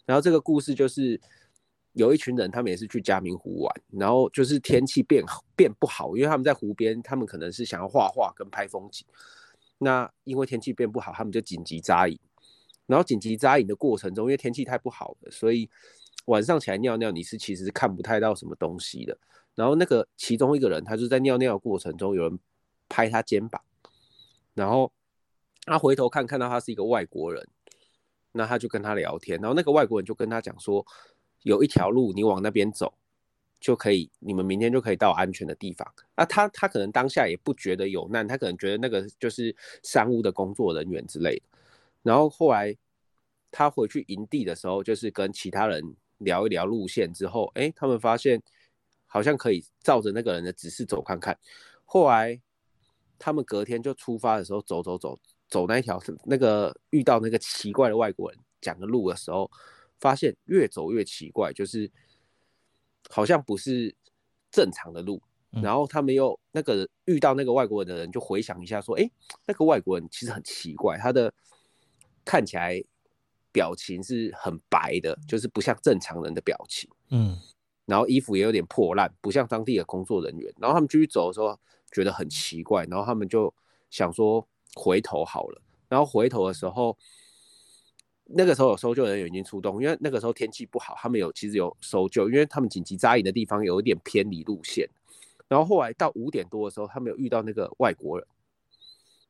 E: 然后这个故事就是有一群人，他们也是去嘉明湖玩，然后就是天气变好变不好，因为他们在湖边，他们可能是想要画画跟拍风景。那因为天气变不好，他们就紧急扎营。然后紧急扎营的过程中，因为天气太不好了，所以晚上起来尿尿，你是其实是看不太到什么东西的。然后那个其中一个人，他就在尿尿的过程中，有人拍他肩膀，然后他回头看，看到他是一个外国人，那他就跟他聊天，然后那个外国人就跟他讲说，有一条路，你往那边走就可以，你们明天就可以到安全的地方。那他他可能当下也不觉得有难，他可能觉得那个就是山屋的工作人员之类的。然后后来他回去营地的时候，就是跟其他人聊一聊路线之后，哎，他们发现好像可以照着那个人的指示走看看。后来他们隔天就出发的时候，走走走走那一条那个遇到那个奇怪的外国人讲的路的时候，发现越走越奇怪，就是好像不是正常的路。
A: 嗯
E: 然后他们又那个遇到那个外国人的人，就回想一下说，哎，那个外国人其实很奇怪，他的看起来表情是很白的，就是不像正常人的表情。
A: 嗯
E: 然后衣服也有点破烂，不像当地的工作人员。然后他们继续走的时候觉得很奇怪，然后他们就想说回头好了。然后回头的时候，那个时候有搜救人员已经出动，因为那个时候天气不好，他们有其实有搜救，因为他们紧急扎营的地方有一点偏离路线。然后后来到五点多的时候，他们有遇到那个外国人，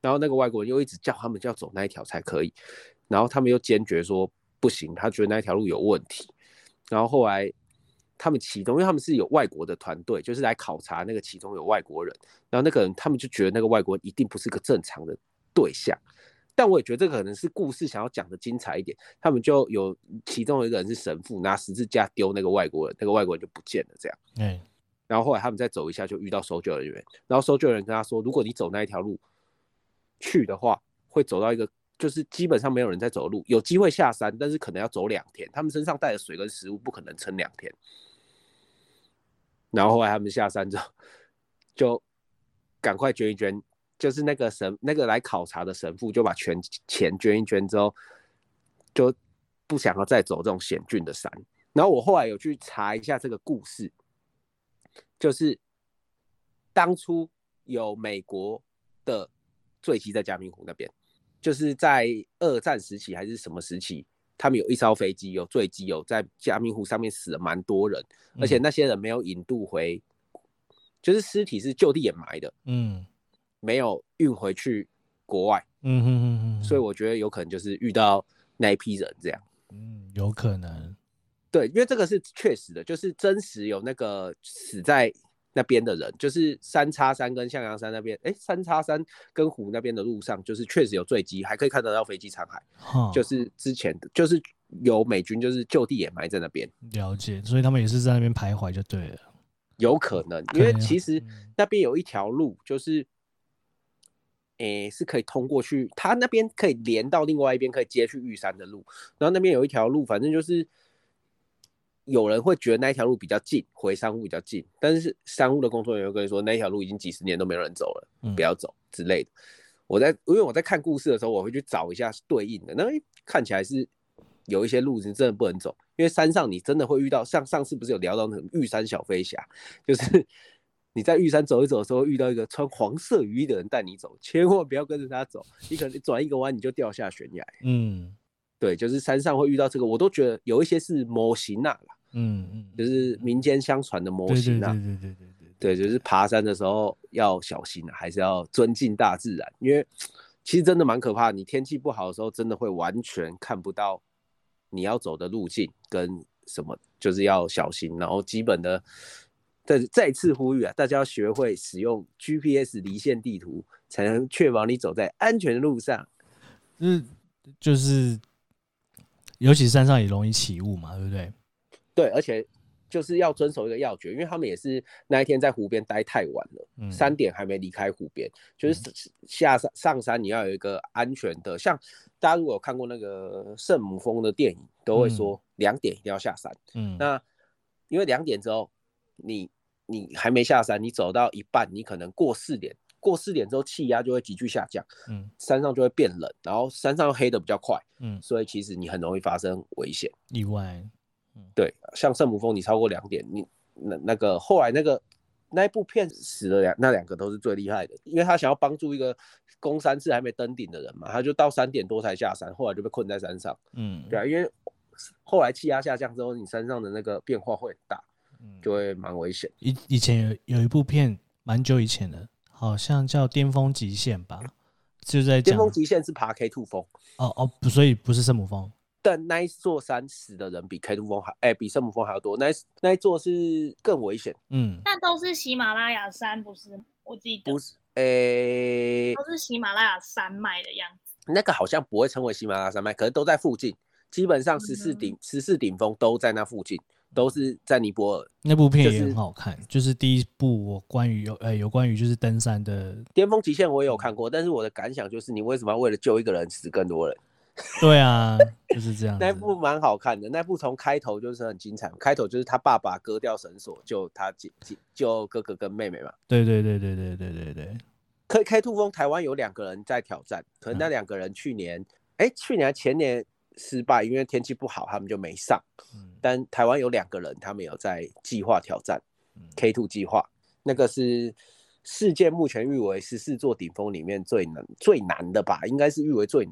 E: 然后那个外国人又一直叫他们就要走那一条才可以，然后他们又坚决说不行，他觉得那一条路有问题。然后后来他们其中，因为他们是有外国的团队，就是来考察那个其中有外国人，然后那个人他们就觉得那个外国人一定不是个正常的对象。但我也觉得这可能是故事想要讲的精彩一点，他们就有其中有一个人是神父，拿十字架丢那个外国人，那个外国人就不见了这样。
A: 哎
E: 然后后来他们再走一下，就遇到搜救人员，然后搜救人员跟他说，如果你走那一条路去的话，会走到一个就是基本上没有人在走路，有机会下山，但是可能要走两天。他们身上带的水跟食物不可能撑两天。然后后来他们下山之后，就赶快捐一捐，就是那个神那个来考察的神父就把全钱捐一捐之后，就不想要再走这种险峻的山。然后我后来有去查一下这个故事，就是当初有美国的坠机在嘉明湖那边，就是在二战时期还是什么时期，他们有一艘飞机有坠机，有在嘉明湖上面死了蛮多人，而且那些人没有引渡回，就是尸体是就地掩埋的，
A: 嗯
E: 没有运回去国外，
A: 嗯哼哼哼，
E: 所以我觉得有可能就是遇到那一批人这样。
A: 嗯有可能，
E: 对，因为这个是确实的，就是真实有那个死在那边的人，就是三叉山跟象牙山那边，哎，三叉山跟湖那边的路上，就是确实有坠机，还可以看得到飞机残骸，
A: 哈，
E: 就是之前的，就是有美军就是就地掩埋在那边，
A: 了解，所以他们也是在那边徘徊就对了，
E: 有可能，
A: 可
E: 因为
A: 能
E: 其实
D: 嗯
E: 那边有一条路，就是。诶，是可以通过去，它那边可以连到另外一边，可以接去玉山的路。然后那边有一条路，反正就是有人会觉得那一条路比较近，回山路比较近，但是山路的工作人员会跟你说，那一条路已经几十年都没有人走了，
A: 嗯
E: 不要走之类的。我在因为我在看故事的时候，我会去找一下对应的，那诶看起来是有一些路是真的不能走，因为山上你真的会遇到，像上次不是有聊到那个玉山小飞侠，就是。你在玉山走一走的时候，遇到一个穿黄色雨衣的人带你走，千万不要跟着他走，你可能转一个弯你就掉下悬崖。
A: 嗯
E: 对，就是山上会遇到这个，我都觉得有一些是模型啊啦，
A: 嗯嗯，
E: 就是民间相传的模
A: 对对
E: 型
A: 对
E: 啊。
A: 对对对对
E: 对，就是爬山的时候要小心啊，还是要尊敬大自然，因为其实真的蛮可怕的。你天气不好的时候，真的会完全看不到你要走的路径跟什么，就是要小心。然后基本的，再再次呼吁啊，大家要学会使用 GPS 离线地图，才能确保你走在安全的路上。
A: 就是就是，尤其山上也容易起雾嘛，对不对？
E: 对，而且就是要遵守一个要诀，因为他们也是那一天在湖边待太晚了，
A: 嗯，
E: 三点还没离开湖边，就是下山上山你要有一个安全的，像大家如果有看过那个圣母峰的电影，都会说两点一定要下山。
A: 嗯
E: 那因为两点之后，你你还没下山，你走到一半，你可能过四点，过四点之后气压就会急剧下降，
A: 嗯
E: 山上就会变冷，然后山上黑的比较快，
A: 嗯，
E: 所以其实你很容易发生危险。
A: 意外，
E: 对，像圣母峰，你超过两点，你那那个后来那个那一部片死了两那两个都是最厉害的，因为他想要帮助一个攻山是还没登顶的人嘛，他就到三点多才下山，后来就被困在山上。
A: 嗯，
E: 对啊，因为后来气压下降之后，你山上的那个变化会很大，
A: 嗯
E: 就会蛮危险。
A: 以以前有有一部片，蛮久以前的，好像叫《巅峰极限》吧，就在
E: 巅
A: 讲
E: 峰极限是爬 K two 峰，
A: 哦哦，不所以不是圣母峰，
E: 但那一座山死的人比 K two 峰还哎、比圣母峰还要多，那一那一座是更危险，
A: 嗯
C: 那都是喜马拉雅山，不是？我记得
E: 不是诶、
C: 都是喜马拉雅山脉的样子。
E: 那个好像不会称为喜马拉雅山脉，可是都在附近，基本上十四顶十四顶峰都在那附近，都是在尼泊尔。
A: 那部片
E: 就
A: 也很
E: 是
A: 好看，就是第一部我关于有呃有关于就是登山的，
E: 巅峰极限我也有看过，但是我的感想就是，你为什么要为了救一个人死更多人？
A: 对啊，就是这样子。
E: 那部蛮好看的，那部从开头就是很精彩，开头就是他爸爸割掉绳索救他姐姐救哥哥跟妹妹嘛。
A: 对对对对对对对对，
E: 可 K Two 峰台湾有两个人在挑战，可
F: 嗯
E: 能那两个人去年哎、去年还前年失败，因为天气不好，他们就没上。
A: 嗯
E: 但台湾有两个人，他们有在计划挑战
A: 嗯
E: K Two 计划，那个是世界目前誉为十四座顶峰里面最难最难的吧，应该是誉为最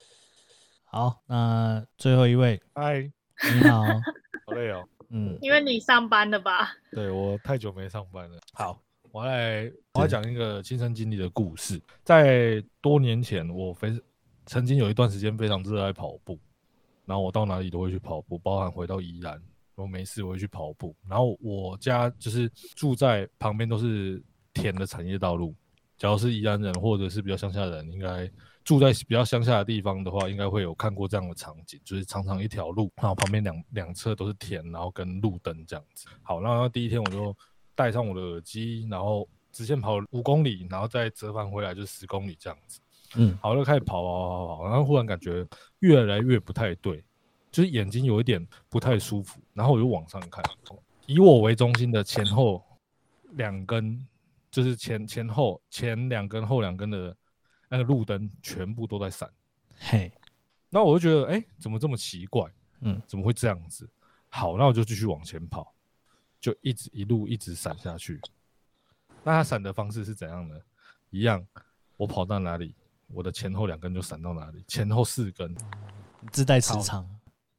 A: 好，那最后一位，
D: 嗨，
A: 你好，
D: 好累哦。
A: 嗯
C: 因为你上班了吧？
D: 对我太久没上班了。好，我要来我要讲一个亲身经历的故事。在多年前，我非曾经有一段时间非常热爱跑步，然后我到哪里都会去跑步，包含回到宜兰，我没事我会去跑步。然后我家就是住在旁边都是田的产业道路，只要是宜兰人或者是比较乡下的人，应该住在比较乡下的地方的话，应该会有看过这样的场景，就是常常一条路，然后旁边两两侧都是田，然后跟路灯这样子。好，然后第一天我就戴上我的耳机，然后直线跑五公里，然后再折返回来就十公里这样子。
A: 嗯
D: 好，就开始跑跑跑跑跑，然后忽然感觉越来越不太对，就是眼睛有一点不太舒服，然后我就往上看，以我为中心的前后两根，就是前前后前两根后两根的那个路灯全部都在闪，
A: 嘿，
D: 那我就觉得哎、诶怎么这么奇怪？
A: 嗯
D: 怎么会这样子？好，那我就继续往前跑，就一直一路一直闪下去。那它闪的方式是怎样呢？一样，我跑到哪里，我的前后两根就闪到哪里，前后四根。
A: 自带磁场，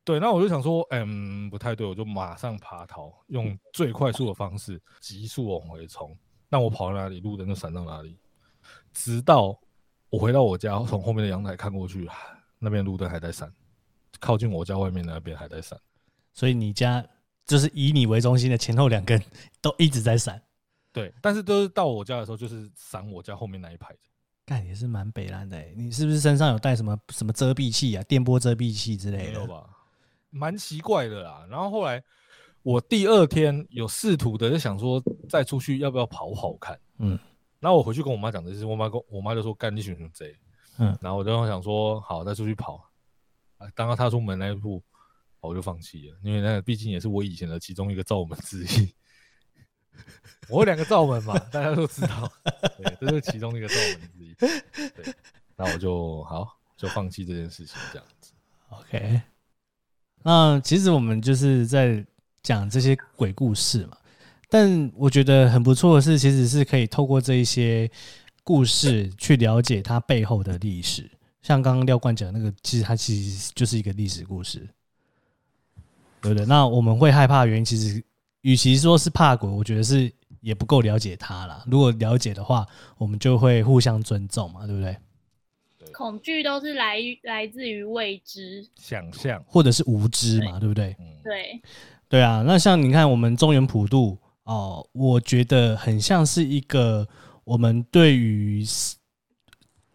D: 对，那我就想说，嗯，不太对，我就马上爬逃，用最快速的方式急速往回冲。那我跑到哪里，路灯就闪到哪里，直到我回到我家，从后面的阳台看过去，那边路灯还在闪，靠近我家外面那边还在闪。
A: 所以你家就是以你为中心的前后两根都一直在闪，
D: 对，但是都是到我家的时候，就是闪我家后面那一排的。
A: 干也是蛮北蓝的欸。你是不是身上有带什么什么遮蔽器啊、电波遮蔽器之类
D: 没有
A: 的？
D: 吧？蛮奇怪的啦。然后后来我第二天有试图的就想说再出去要不要跑跑看，
A: 嗯
D: 嗯。然后我回去跟我妈讲这件事，我妈跟我妈就说干你选选贼，
A: 嗯
D: 嗯。然后我就想说好再出去跑，啊，当她踏出门那一步，我就放弃了，因为那个毕竟也是我以前的其中一个罩门之一。 我有两个罩门 嘛，大家都知道，对，这是其中一个罩门之一。对，那我就好就放弃这件事情，这样子。
A: OK，那其实我们就是在讲这些鬼故事嘛，但我觉得很不错的是，其实是可以透过这一些故事去了解它背后的历史。像刚刚廖冠讲的那个，其实它其实就是一个历史故事，对不对？那我们会害怕的原因，其实与其说是怕鬼，我觉得是也不够了解它啦。如果了解的话，我们就会互相尊重嘛，对不对？
C: 恐惧都是来于来自于未知，
D: 想象，
A: 或者是无知嘛，对不对？
D: 嗯，
C: 对，
A: 对啊，那像你看我们中原普渡哦、我觉得很像是一个我们对于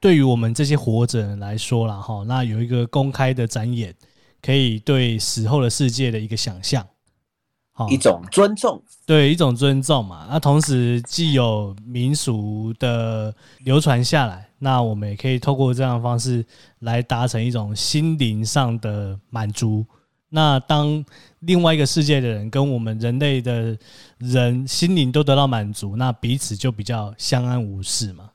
A: 对于我们这些活着人来说啦，哈，那有一个公开的展演，可以对死后的世界的一个想象，好
F: 一种尊重，
A: 对一种尊重嘛。那同时既有民俗的流传下来，那我们也可以透过这样的方式来达成一种心灵上的满足。那当另外一个世界的人跟我们人类的人心灵都得到满足，那彼此就比较相安无事嘛。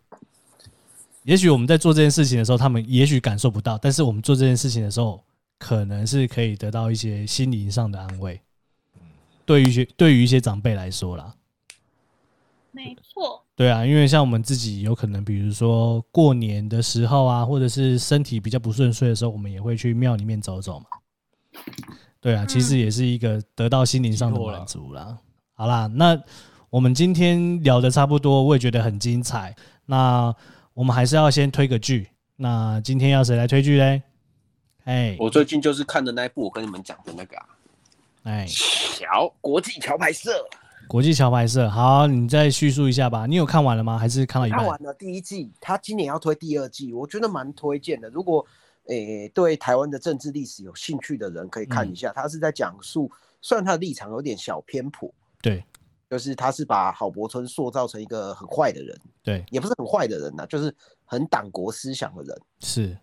A: 也许我们在做这件事情的时候，他们也许感受不到，但是我们做这件事情的时候，可能是可以得到一些心灵上的安慰。对于一些对于一些长辈来说啦，
C: 没错，
A: 对啊，因为像我们自己有可能，比如说过年的时候啊，或者是身体比较不顺遂的时候，我们也会去庙里面走走嘛。对啊，其实也是一个得到心灵上的满足啦。好啦，那我们今天聊的差不多，我也觉得很精彩。那我们还是要先推个剧。那今天要谁来推剧嘞？哎
F: 我最近就是看的那一部，我跟你们讲的那个啊，
A: 哎，
F: 桥国际桥牌社，
A: 国际桥牌社。好，你再叙述一下吧。你有看完了吗？还是看到一半
E: 看？完了第一季，他今年要推第二季，我觉得蛮推荐的。如果诶、对台湾的政治历史有兴趣的人，可以看一
A: 嗯
E: 下。他是在讲述，虽然他的立场有点小偏颇，
A: 对
E: 就是他是把郝柏村塑造成一个很坏的人，
A: 对，
E: 也不是很坏的人呐、啊就是很党国思想的人。
A: 是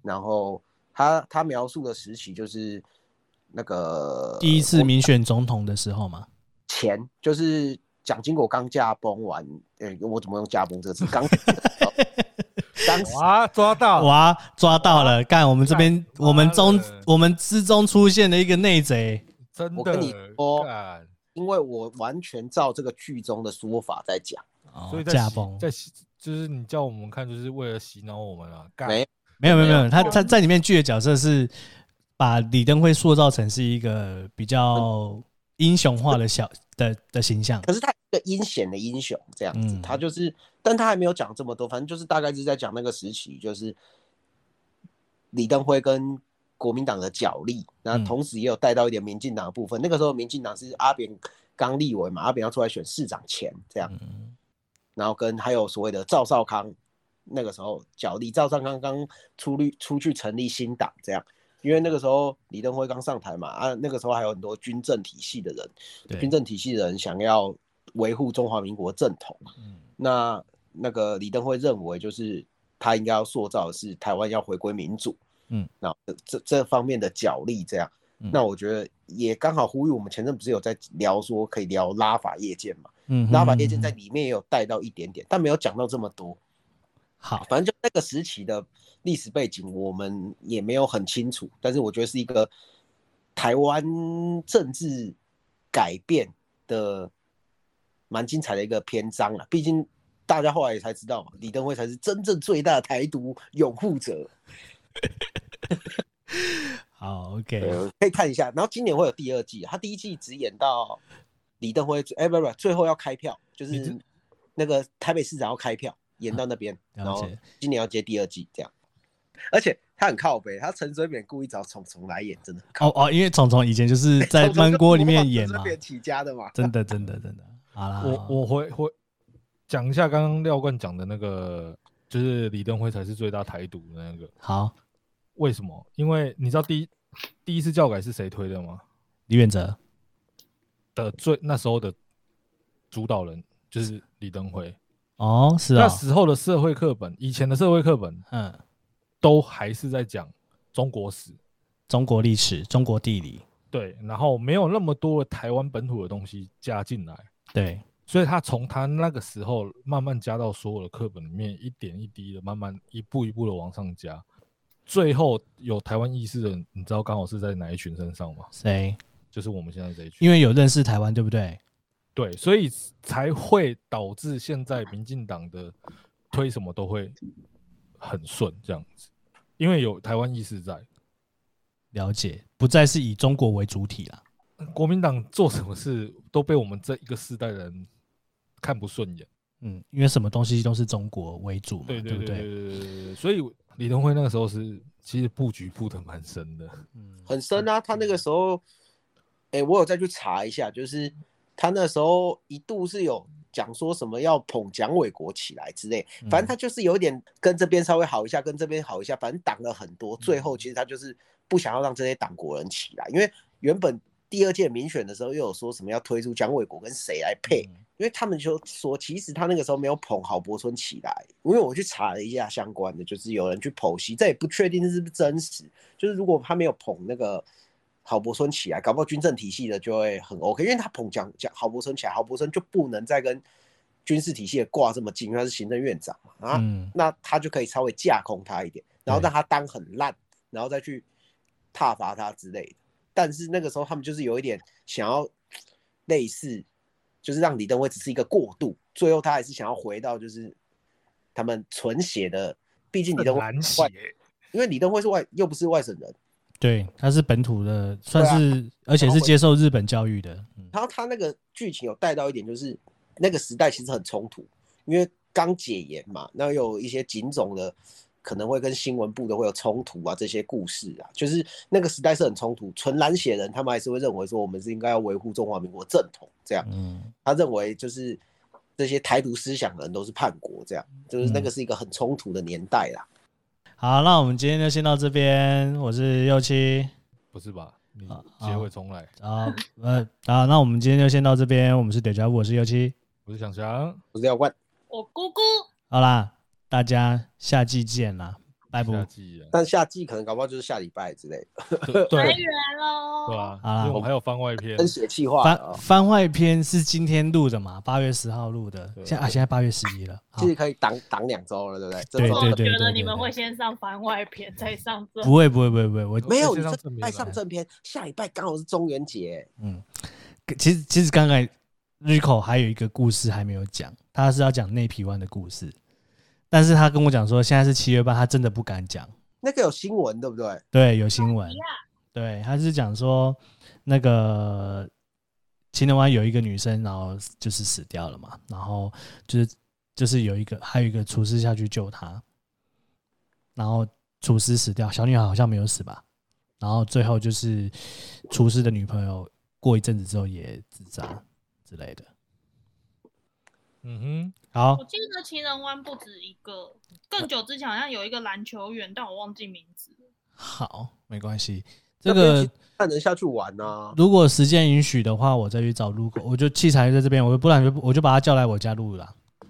E: 然后他他描述的时期就是那个
A: 第一次民选总统的时候嘛。
E: 前，就是蒋经国刚驾崩完，诶、我怎么用驾崩这个词？ 刚刚死
D: 哇，抓到！
A: 哇，抓到了！干，我们这边
D: 干
A: 我们
D: 妈
A: 中
D: 的
A: 我们之中出现了一个内贼，
D: 真的，
E: 我跟你说
D: 干
E: 因为我完全照这个剧中的说法在讲，
A: 哦
D: 所以在
A: 驾
D: 洗
A: 崩。
D: 在洗就是你叫我们看，就是为了洗脑我们啊，干
E: 没
A: 没有没有没
E: 没
A: 有，他在在里面剧的角色是把李登辉塑造成是一个比较英雄化的小的的形象。
E: 可是他一个阴险的英雄这样子，
A: 嗯
E: 他就是，但他还没有讲这么多，反正就是大概是在讲那个时期，就是李登辉跟国民党的角力，那
A: 嗯
E: 同时也有带到一点民进党的部分。那个时候民进党是阿扁刚立委嘛，阿扁要出来选市长前这样，
A: 嗯，
E: 然后跟还有所谓的赵少康，那个时候角力，赵少康刚出律出去成立新党这样，因为那个时候李登辉刚上台嘛，啊，那个时候还有很多军政体系的人，军
A: 对，
E: 政体系的人想要维护中华民国正统，
D: 嗯
E: 那那个李登辉认为就是他应该要塑造的是台湾要回归民主，
A: 嗯，
E: 那这这方面的角力这样，
A: 嗯
E: 那我觉得也刚好呼吁我们前阵不是有在聊说可以聊拉法夜剑嘛，
A: 嗯
E: 拉
A: 哼
E: 法
A: 哼
E: 夜剑在
A: 哼
E: 里面也有带到一点点，但没有讲到这么多，
A: 好，
E: 反正就那个时期的历史背景，我们也没有很清楚，但是我觉得是一个台湾政治改变的蛮精彩的一个篇章了。毕竟大家后来也才知道嘛，李登辉才是真正最大的台独拥护者。
A: 好，OK，
E: 呃，可以看一下。然后今年会有第二季，他第一季只演到李登辉最，哎、不不，最后要开票，就
D: 你这
E: 是那个台北市长要开票，演到那边，
A: 啊了
E: 然后
A: 解
E: 今年要接第二季这样。而且他很靠北，他陈水扁故意找虫虫来演，真的很靠
A: 哦哦，因为虫虫以前就是在焖锅里面演
E: 嘛，
A: 嘛
E: 陈水，扁起家的嘛。
A: 真的真的真的，好啦，
D: 我我回回讲一下刚刚廖冠讲的那个，就是李登辉才是最大台独的那个，
A: 好，
D: 为什么？因为你知道第一第一次教改是谁推的吗？
A: 李远哲，
D: 的最那时候的主导人就是李登辉。
A: 哦，是
D: 那
A: 啊，
D: 时候的社会课本，以前的社会课本
A: 嗯，
D: 都还是在讲中国史，
A: 中国历史、中国地理，
D: 对，然后没有那么多的台湾本土的东西加进来，
A: 对，
D: 所以他从他那个时候慢慢加到所有的课本里面，一点一滴的，慢慢一步一步的往上加。最后有台湾意识的人，你知道刚好是在哪一群身上吗？
A: 谁？
D: 就是我们现在这一群。
A: 因为有认识台湾，对不对？
D: 对，所以才会导致现在民进党的推什么都会很顺这样子，因为有台湾意识在。
A: 了解，不再是以中国为主体啦。
D: 国民党做什么事都被我们这一个世代的人看不顺眼。
A: 嗯，因为什么东西都是中国为主嘛，
D: 对
A: 不
D: 对对对对对，所以李登辉那个时候是其实布局布的蛮深的。
A: 嗯，
E: 很深啊。他那个时候，哎、我有再去查一下，就是他那时候一度是有讲说什么要捧蒋纬国起来之类，反正他就是有点跟这边稍微好一下，跟这边好一下，反正挡了很多。最后其实他就是不想要让这些党国人起来，因为原本第二届民选的时候又有说什么要推出蒋纬国跟谁来配，
A: 嗯
E: 因为他们就说，其实他那个时候没有捧郝柏村起来，因为我去查了一下相关的，就是有人去剖析，这也不确定是不是真实。就是如果他没有捧那个郝柏村起来，搞不好军政体系的就会很 OK，因为他捧蒋蒋郝柏村起来，郝柏村就不能再跟军事体系的挂这么近，因为他是行政院长嘛，啊，
A: 嗯，
E: 那他就可以稍微架空他一点，然后
A: 对
E: 让他当很烂，然后再去挞伐他之类的。但是那个时候他们就是有一点想要类似，就是让李登辉只是一个过渡，最后他还是想要回到就是他们纯血的，毕竟李登辉
D: 蓝
E: 是外，因为李登辉是外又不是外省人，
A: 对，他是本土的，
D: 啊
A: 算是，而且是接受日本教育的，嗯，
E: 然后他那个剧情有带到一点，就是那个时代其实很冲突，因为刚解严嘛，那有一些警种的可能会跟新闻部的会有冲突啊，这些故事啊，就是那个时代是很冲突。纯蓝血人他们还是会认为说，我们是应该要维护中华民国正统这样。
A: 嗯，
E: 他认为就是这些台独思想的人都是叛国，这样就是
A: 嗯
E: 那个是一个很冲突的年代啦。
A: 好，那我们今天就先到这边，我是右七。
D: 不是吧？你
A: 啊
D: 结尾重来，
A: 啊， 呃，啊，那我们今天就先到这边。我们是屌家，我是尤七。
D: 我是想想，
E: 我是廖冠，
C: 我姑姑，
A: 好啦，大家下季见啦，拜拜
D: 下。季啊，
E: 但夏季可能搞不好就是下礼拜之类的，
D: 对
C: 来
D: 对
C: 源喽。
D: 对啊，
A: 好啦
D: 因为我们还有番外篇
E: 跟，血气化了
A: 番
E: 啊、
A: 番外篇是今天录的嘛？八月十号录的，
D: 对
A: 现在啊，现在八月十一了。好
E: 其，实可以挡挡两周了，对不对？这
A: 对
E: 周
A: 对
C: 我觉
A: 对
C: 得
A: 对
C: 你们
A: 对
C: 会先上番外篇，再上 这。
A: 不会不会不会不会，我
E: 没有，
D: 先
E: 你
D: 哎上
E: 这礼拜上
D: 正片吧
E: 正片，下礼拜刚好是中元节，
A: 嗯，其实其实刚才 Rico 还有一个故事还没有讲，他是要讲内皮湾的故事，但是他跟我讲说现在是七月半，他真的不敢讲。
E: 那个有新闻对不对？
A: 对，有新闻。对，他是讲说那个秦人湾有一个女生，然后就是死掉了嘛，然后就是就是有一个还有一个厨师下去救她，然后厨师死掉，小女孩好像没有死吧，然后最后就是厨师的女朋友过一阵子之后也自杀之类的。
D: 嗯
A: 好
C: 我，记得情人湾不止一个，更久之前好像有一个篮球员，但我忘记名字了。
A: 好，没关系。这
E: 那边
A: 个
E: 其实带人下去玩啊，
A: 如果时间允许的话，我再去找 l u 我就器材在这边，我就不然就我就把他叫来我家录了。
D: 哼，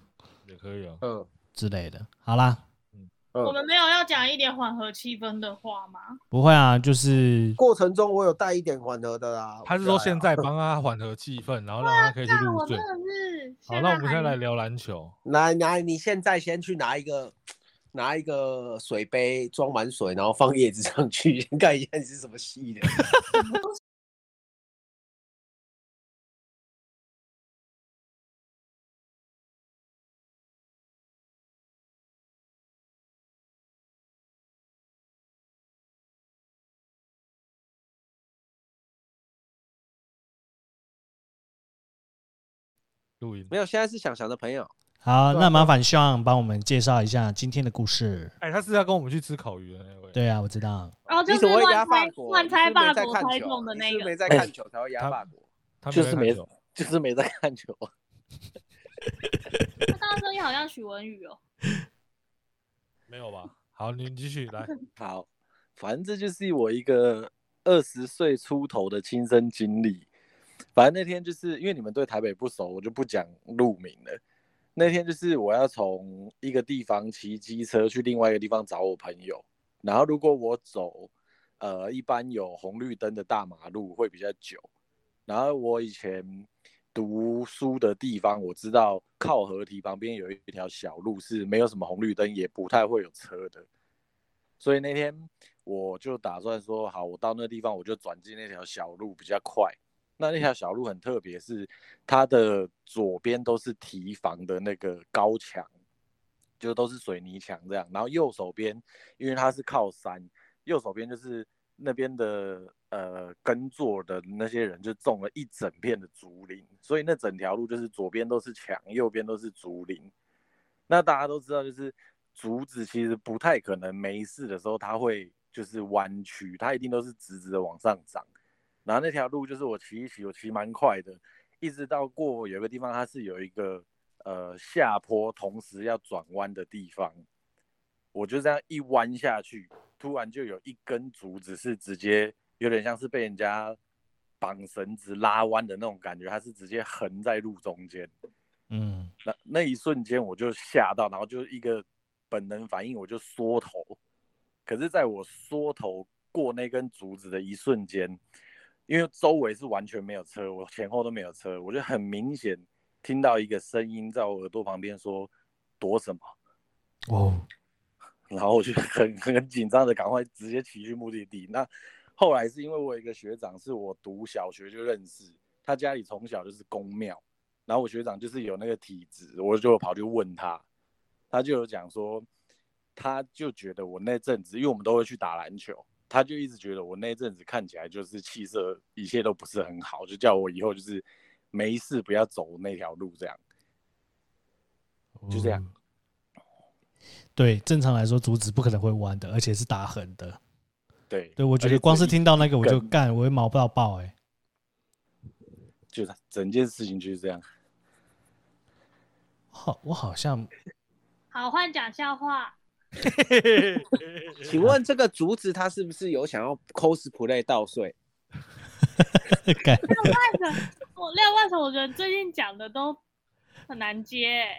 D: 也可以啊。
E: 嗯，
A: 之类的。好啦
D: 嗯，
E: 嗯，
C: 我们没有要讲一点缓和气氛的话吗？
A: 不会啊，就是
E: 过程中我有带一点缓和的啦。
D: 他是
E: 我觉
D: 说
E: 得啊
D: 现
E: 还
D: 在帮他缓和气氛，然后让他可以去
C: 那
D: 入
C: 我
D: 睡
C: 真。的是。
D: 好，那我们现在
C: 还
D: 来聊篮球。
E: 好来来，你现在先去拿一个拿一个水杯装满水，然后放叶子上去，先看一下你是什么系的。
D: 录音
E: 没有，现在是想想的朋
C: 哦
E: 友。
A: 好。
D: 对啊
A: 那麻烦 Sean 帮我们介绍一下今天的故事。
D: 哎、他是要跟我们去吃烤鱼的那位。，
A: 对啊，我知道。
C: 哦，就
E: 你怎么
C: 是
E: 会
C: 乱
E: 压法
C: 猜
E: 国？
C: 乱
E: 你
C: 猜
E: 是不是
C: 法
E: 没在
C: 国
E: 看
C: 猜
E: 球
C: 中
E: 啊
C: 的
E: 你
C: 那
E: 是不是
C: 个
E: 没，在
D: 哎
E: 看球才会压
D: 他
E: 法国。
D: 他
F: 就是
D: 没
F: 没
D: 在看球
F: 就是没在看球。
C: 他大声音好像许文宇哦。
D: 没有吧？好，你继续来。
F: 好，反正这就是我一个二十岁出头的亲身经历。反正那天就是因为你们对台北不熟，我就不讲路名了。那天就是我要从一个地方骑机车去另外一个地方找我朋友，然后如果我走，呃，一般有红绿灯的大马路会比较久。然后我以前读书的地方，我知道靠河堤旁边有一条小路是没有什么红绿灯，也不太会有车的。所以那天我就打算说，好，我到那地方我就转进那条小路比较快。那那条小路很特别，是它的左边都是堤防的那个高墙，就都是水泥墙这样。然后右手边，因为它是靠山，右手边就是那边的呃耕作的那些人就种了一整片的竹林，所以那整条路就是左边都是墙，右边都是竹林。那大家都知道，就是竹子其实不太可能没事的时候它会就是弯曲，它一定都是直直的往上涨。然后那条路就是我骑一骑，我骑蛮快的，一直到过有个地方它是有一个呃下坡，同时要转弯的地方，我就这样一弯下去，突然就有一根竹子是直接有点像是被人家绑绳子拉弯的那种感觉，它是直接横在路中间。
A: 嗯，
F: 那那一瞬间我就吓到，然后就一个本能反应，我就缩头。可是，在我缩头过那根竹子的一瞬间，因为周围是完全没有车，我前后都没有车，我就很明显听到一个声音在我耳朵旁边说：“躲什么
A: 哦，？”
F: 然后我就 很很紧张的赶快直接骑去目的地。那后来是因为我有一个学长是我读小学就认识，他家里从小就是公庙，然后我学长就是有那个体质，我就有跑去问他，他就有讲说，他就觉得我那阵子，因为我们都会去打篮球，他就一直觉得我那阵子看起来就是气色一切都不是很好，就叫我以后就是没事不要走那条路这样。就这样
A: 哦。对，正常来说竹子不可能会弯的，而且是打横的。
F: 对，
A: 对，我觉
F: 而且
A: 得光
F: 这
A: 是
F: 一
A: 听到那个我就
F: 根
A: 干，我会毛到爆哎、欸
F: 就是整件事情就是这样。
A: 好，我好像
C: 好，换讲笑话。
E: 请问这个竹子它是不是有想要 cosplay 稻穗？
A: 干
C: 但是我廖万成，我觉得最近讲的都很难接欸，